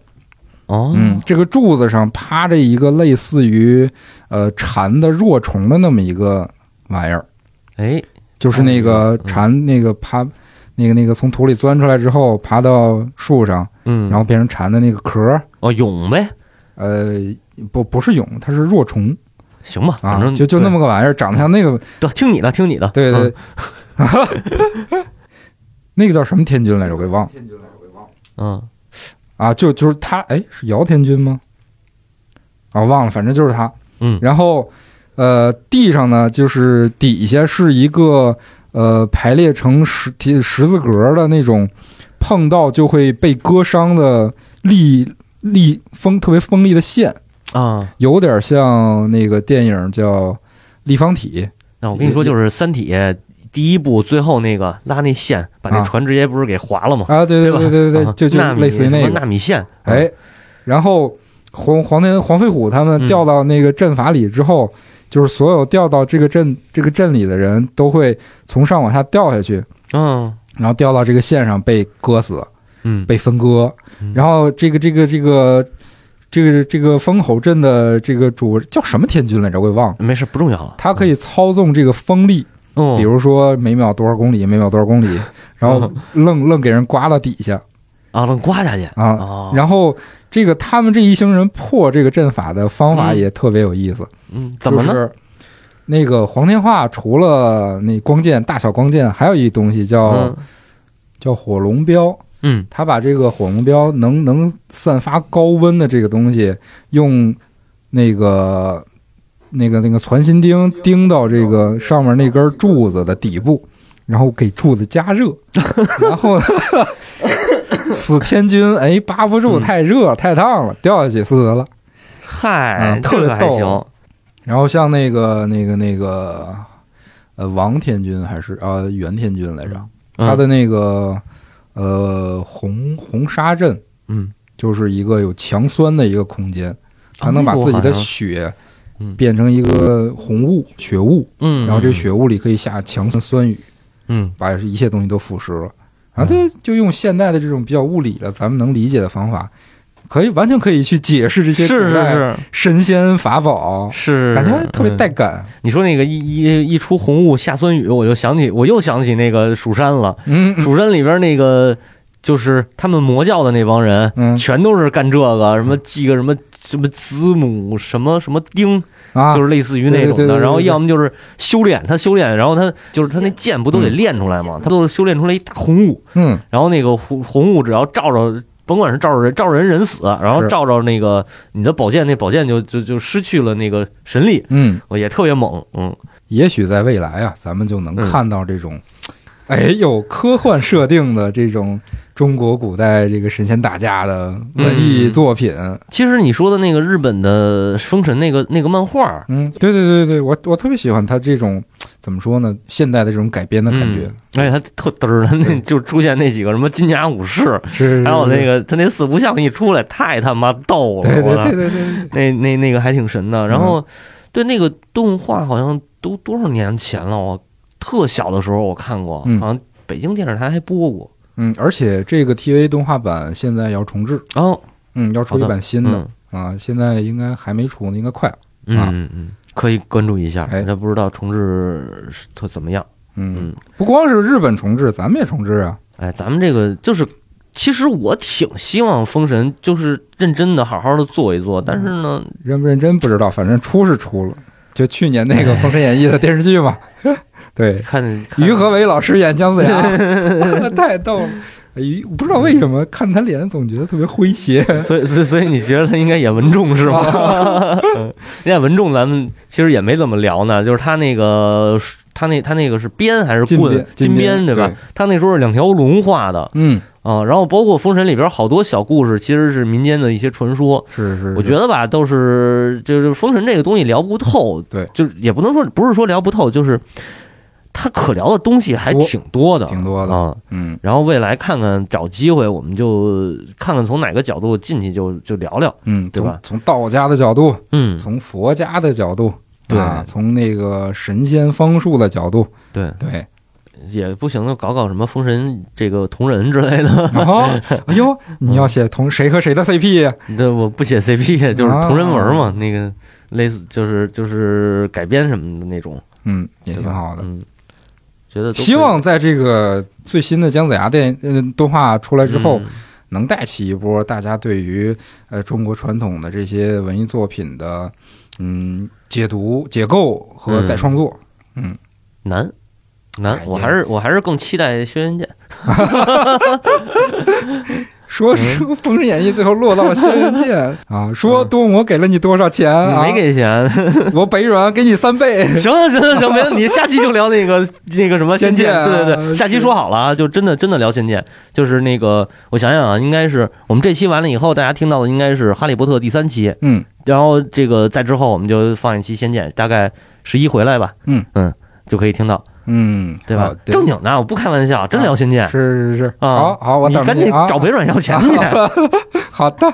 C: 哦，
B: 嗯，这个柱子上趴着一个类似于呃蝉的若虫的那么一个玩意儿，
C: 哎，
B: 就是那个
C: 嗯
B: 蝉那个爬，那个那个从土里钻出来之后爬到树上，
C: 嗯，
B: 然后变成蝉的那个壳儿，
C: 哦，勇呗，
B: 呃，不不是蛹，它是若虫
C: 行吧，反
B: 啊，
C: 正
B: 就就那么个玩意儿，长得像那个，
C: 对，对听你的，听你的，
B: 对对
C: 嗯，
B: 对， 那个叫什么天君来着，我给忘了。
C: 嗯，
B: 啊，就就是他，哎，是姚天君吗？啊，忘了，反正就是他。
C: 嗯
B: 然后，呃，地上呢，就是底下是一个呃排列成十提十字格的那种，碰到就会被割伤的利利锋特别锋利的线，
C: 啊，
B: 有点像那个电影叫《立方体》。
C: 那我跟你说，就是《三体》第一部最后那个拉那线，把那
B: 啊
C: 船直接不是给划了吗？
B: 啊，对对
C: 吧
B: 对对对
C: 啊
B: 对，就就
C: 纳米
B: 类似于
C: 什么
B: 那个。
C: 纳米线，嗯，
B: 哎，然后黄黄天黄飞虎他们
C: 嗯
B: 掉到那个阵法里之后，就是所有掉到这个阵这个阵里的人都会从上往下掉下去，
C: 嗯
B: 然后掉到这个线上被割死、
C: 嗯，
B: 被分割
C: 嗯，
B: 然后这个这个这个这个这个风吼阵的这个主叫什么天君来着，我给忘了。
C: 没事，不重要了。
B: 他可以操纵这个风力，
C: 嗯，
B: 比如说每秒多少公里，每秒多少公里，然后愣愣给人刮到底下
C: 啊，能刮下去
B: 啊，
C: 啊，
B: 然后这个他们这一行人破这个阵法的方法
C: 嗯
B: 也特别有意思，
C: 嗯，怎么
B: 就
C: 呢？
B: 是那个黄天化除了那光剑大小光剑，还有一东西叫、
C: 嗯
B: 叫火龙镖。
C: 嗯
B: 他把这个火龙镖能能散发高温的这个东西，用那个那个那个传心钉钉到这个
C: 哦
B: 上面那根柱子的底部，然后给柱子加热，然后呢 此天君哎扒不
C: 嗯
B: 住，太热太烫了，掉下去死了。
C: 嗨，
B: 嗯
C: 这
B: 特别
C: 个还
B: 逗
C: 行。
B: 然后像那个那个那个呃王天军还是啊、呃袁天军来着，
C: 嗯
B: 他的那个呃红红沙阵
C: 嗯
B: 就是一个有强酸的一个空间，它能把自己的血
C: 嗯
B: 变成一个红雾血雾，
C: 嗯，
B: 然后这血雾里可以下强酸酸雨，
C: 嗯
B: 把一切东西都腐蚀了。然后就就用现代的这种比较物理的咱们能理解的方法，可以完全可以去解释这
C: 是
B: 些
C: 是
B: 古代
C: 是
B: 神仙法宝，
C: 是，
B: 感觉特别带
C: 嗯
B: 感。
C: 你说那个一一一出红雾下酸雨，我就想起我又想起那个蜀山了，
B: 嗯嗯
C: 蜀山里边那个就是他们魔教的那帮人。
B: 嗯
C: 全都是干这个，什么祭个什么什么子母，什么什么丁，
B: 啊，
C: 就是类似于那
B: 对对
C: 种
B: 对对
C: 的。
B: 对
C: 然后
B: 对
C: 要么就是修炼，他修炼，然后他就是他那剑不都得练出来吗？他都是修炼出来一大红雾，
B: 嗯
C: 然后那个红红雾只要照着，甭管是照着人，照着人人死，然后
B: 是
C: 照着那个你的宝剑，那宝剑就就就失去了那个神力，
B: 嗯，
C: 我也特别猛，嗯，
B: 也许在未来啊，咱们就能
C: 嗯
B: 看到这种，哎，有科幻设定的这种中国古代这个神仙打架的
C: 嗯
B: 文艺作品。
C: 其实你说的那个日本的封神那个那个漫画，
B: 嗯，对对对对，我我特别喜欢他这种怎么说呢，现代的这种改编的感觉
C: 嗯。而且它特嘚儿的，那 就出现那几个什么金甲武士，
B: 是，
C: 嗯还有
B: 是
C: 那，个他那四不像一出来，太他妈逗了，
B: 是对
C: 我
B: 对
C: 操
B: 对对对，对嗯
C: 那那那个还挺神的。然后对那个动画好像都多少年前了，我特小的时候我看过，
B: 嗯
C: 好像北京电视台还播过。
B: 嗯，而且这个 TV 动画版现在要重置，
C: 然后
B: 嗯，要出一
C: 好的
B: 版新的
C: 嗯
B: 啊，现在应该还没出呢，应该快了。啊
C: 嗯嗯，可以关注一下，
B: 哎
C: 那不知道重置是它怎么样。
B: 嗯
C: 嗯，
B: 不光是日本重置，咱们也重置啊。
C: 哎，咱们这个就是，其实我挺希望《封神》就是认真的、好好的做一
B: 嗯
C: 做，但是呢，
B: 认不认真不知道，反正出是出了，就去年那个《封神演义》的电视剧 嘛。对，
C: 看看
B: 于和伟老师演姜子 牙， 太逗了。于不知道为什么看他脸总觉得特别诙谐，
C: 所以，所以，所以你觉得他应该也文重是吗？
B: 啊
C: 嗯 人家文重，咱们其实也没怎么聊呢。就是他那个，他那他那个是鞭还是棍？
B: 金鞭金
C: 金
B: 鞭
C: 对吧？
B: 对
C: 他那时候是两条龙画的
B: 嗯，
C: 啊。然后包括《封神》里边好多小故事，其实是民间的一些传说。
B: 是是，
C: 我觉得吧，都是就是《封神》这个东西聊不透，
B: 对，
C: 就是也不能说不是说聊不透，就是它可聊的东西还
B: 多
C: 挺多的，
B: 挺多的
C: 啊。
B: 嗯，
C: 然后未来看看找机会，我们就看看从哪个角度进去就就聊聊。
B: 嗯，
C: 对吧
B: 从？从道家的角度，
C: 嗯，
B: 从佛家的角度，
C: 对
B: 啊，从那个神仙方术的角度，
C: 对，
B: 对。
C: 也不行就搞搞什么封神这个同人之类的。
B: 然后，哎呦，
C: 嗯
B: 你要写同谁和谁的 CP 呀？
C: 这我不写 CP，就是同人文嘛，
B: 啊
C: 那个类似就是就是改编什么的那种，
B: 嗯，也
C: 对
B: 挺
C: 吧
B: 好的。
C: 嗯，觉得都可以
B: 希望在这个最新的姜子牙电嗯、动画出来之后，
C: 嗯
B: 能带起一波大家对于呃中国传统的这些文艺作品的嗯解读、解构和再创作。
C: 难难
B: 哎，
C: 我
B: 呀
C: 还是我还是更期待《轩辕剑
B: 说说《封神演义》最后落到了轩辕 剑啊，说多摩给了你多少钱》，啊？
C: 没，给钱。
B: 我北软给你三倍。
C: 行了行了行，没问题。下期就聊那个 那个什么《
B: 仙
C: 仙
B: 剑啊
C: 对对对，
B: 是
C: 下期说好了啊，就真的真的聊《仙剑》，就是那个我想想啊，应该是我们这期完了以后，大家听到的应该是《哈利波特》第三期，
B: 嗯，
C: 然后这个在之后我们就放一期《仙剑》，大概十一回来吧，
B: 嗯
C: 嗯，就可以听到，
B: 嗯，
C: 对
B: 好
C: 吧？
B: 对
C: 正经的，我不开玩笑，真聊《仙剑》
B: 是是是，
C: 啊
B: 好好，我
C: 你
B: 等着
C: 赶紧
B: 啊
C: 找北软要钱去。
B: 好的。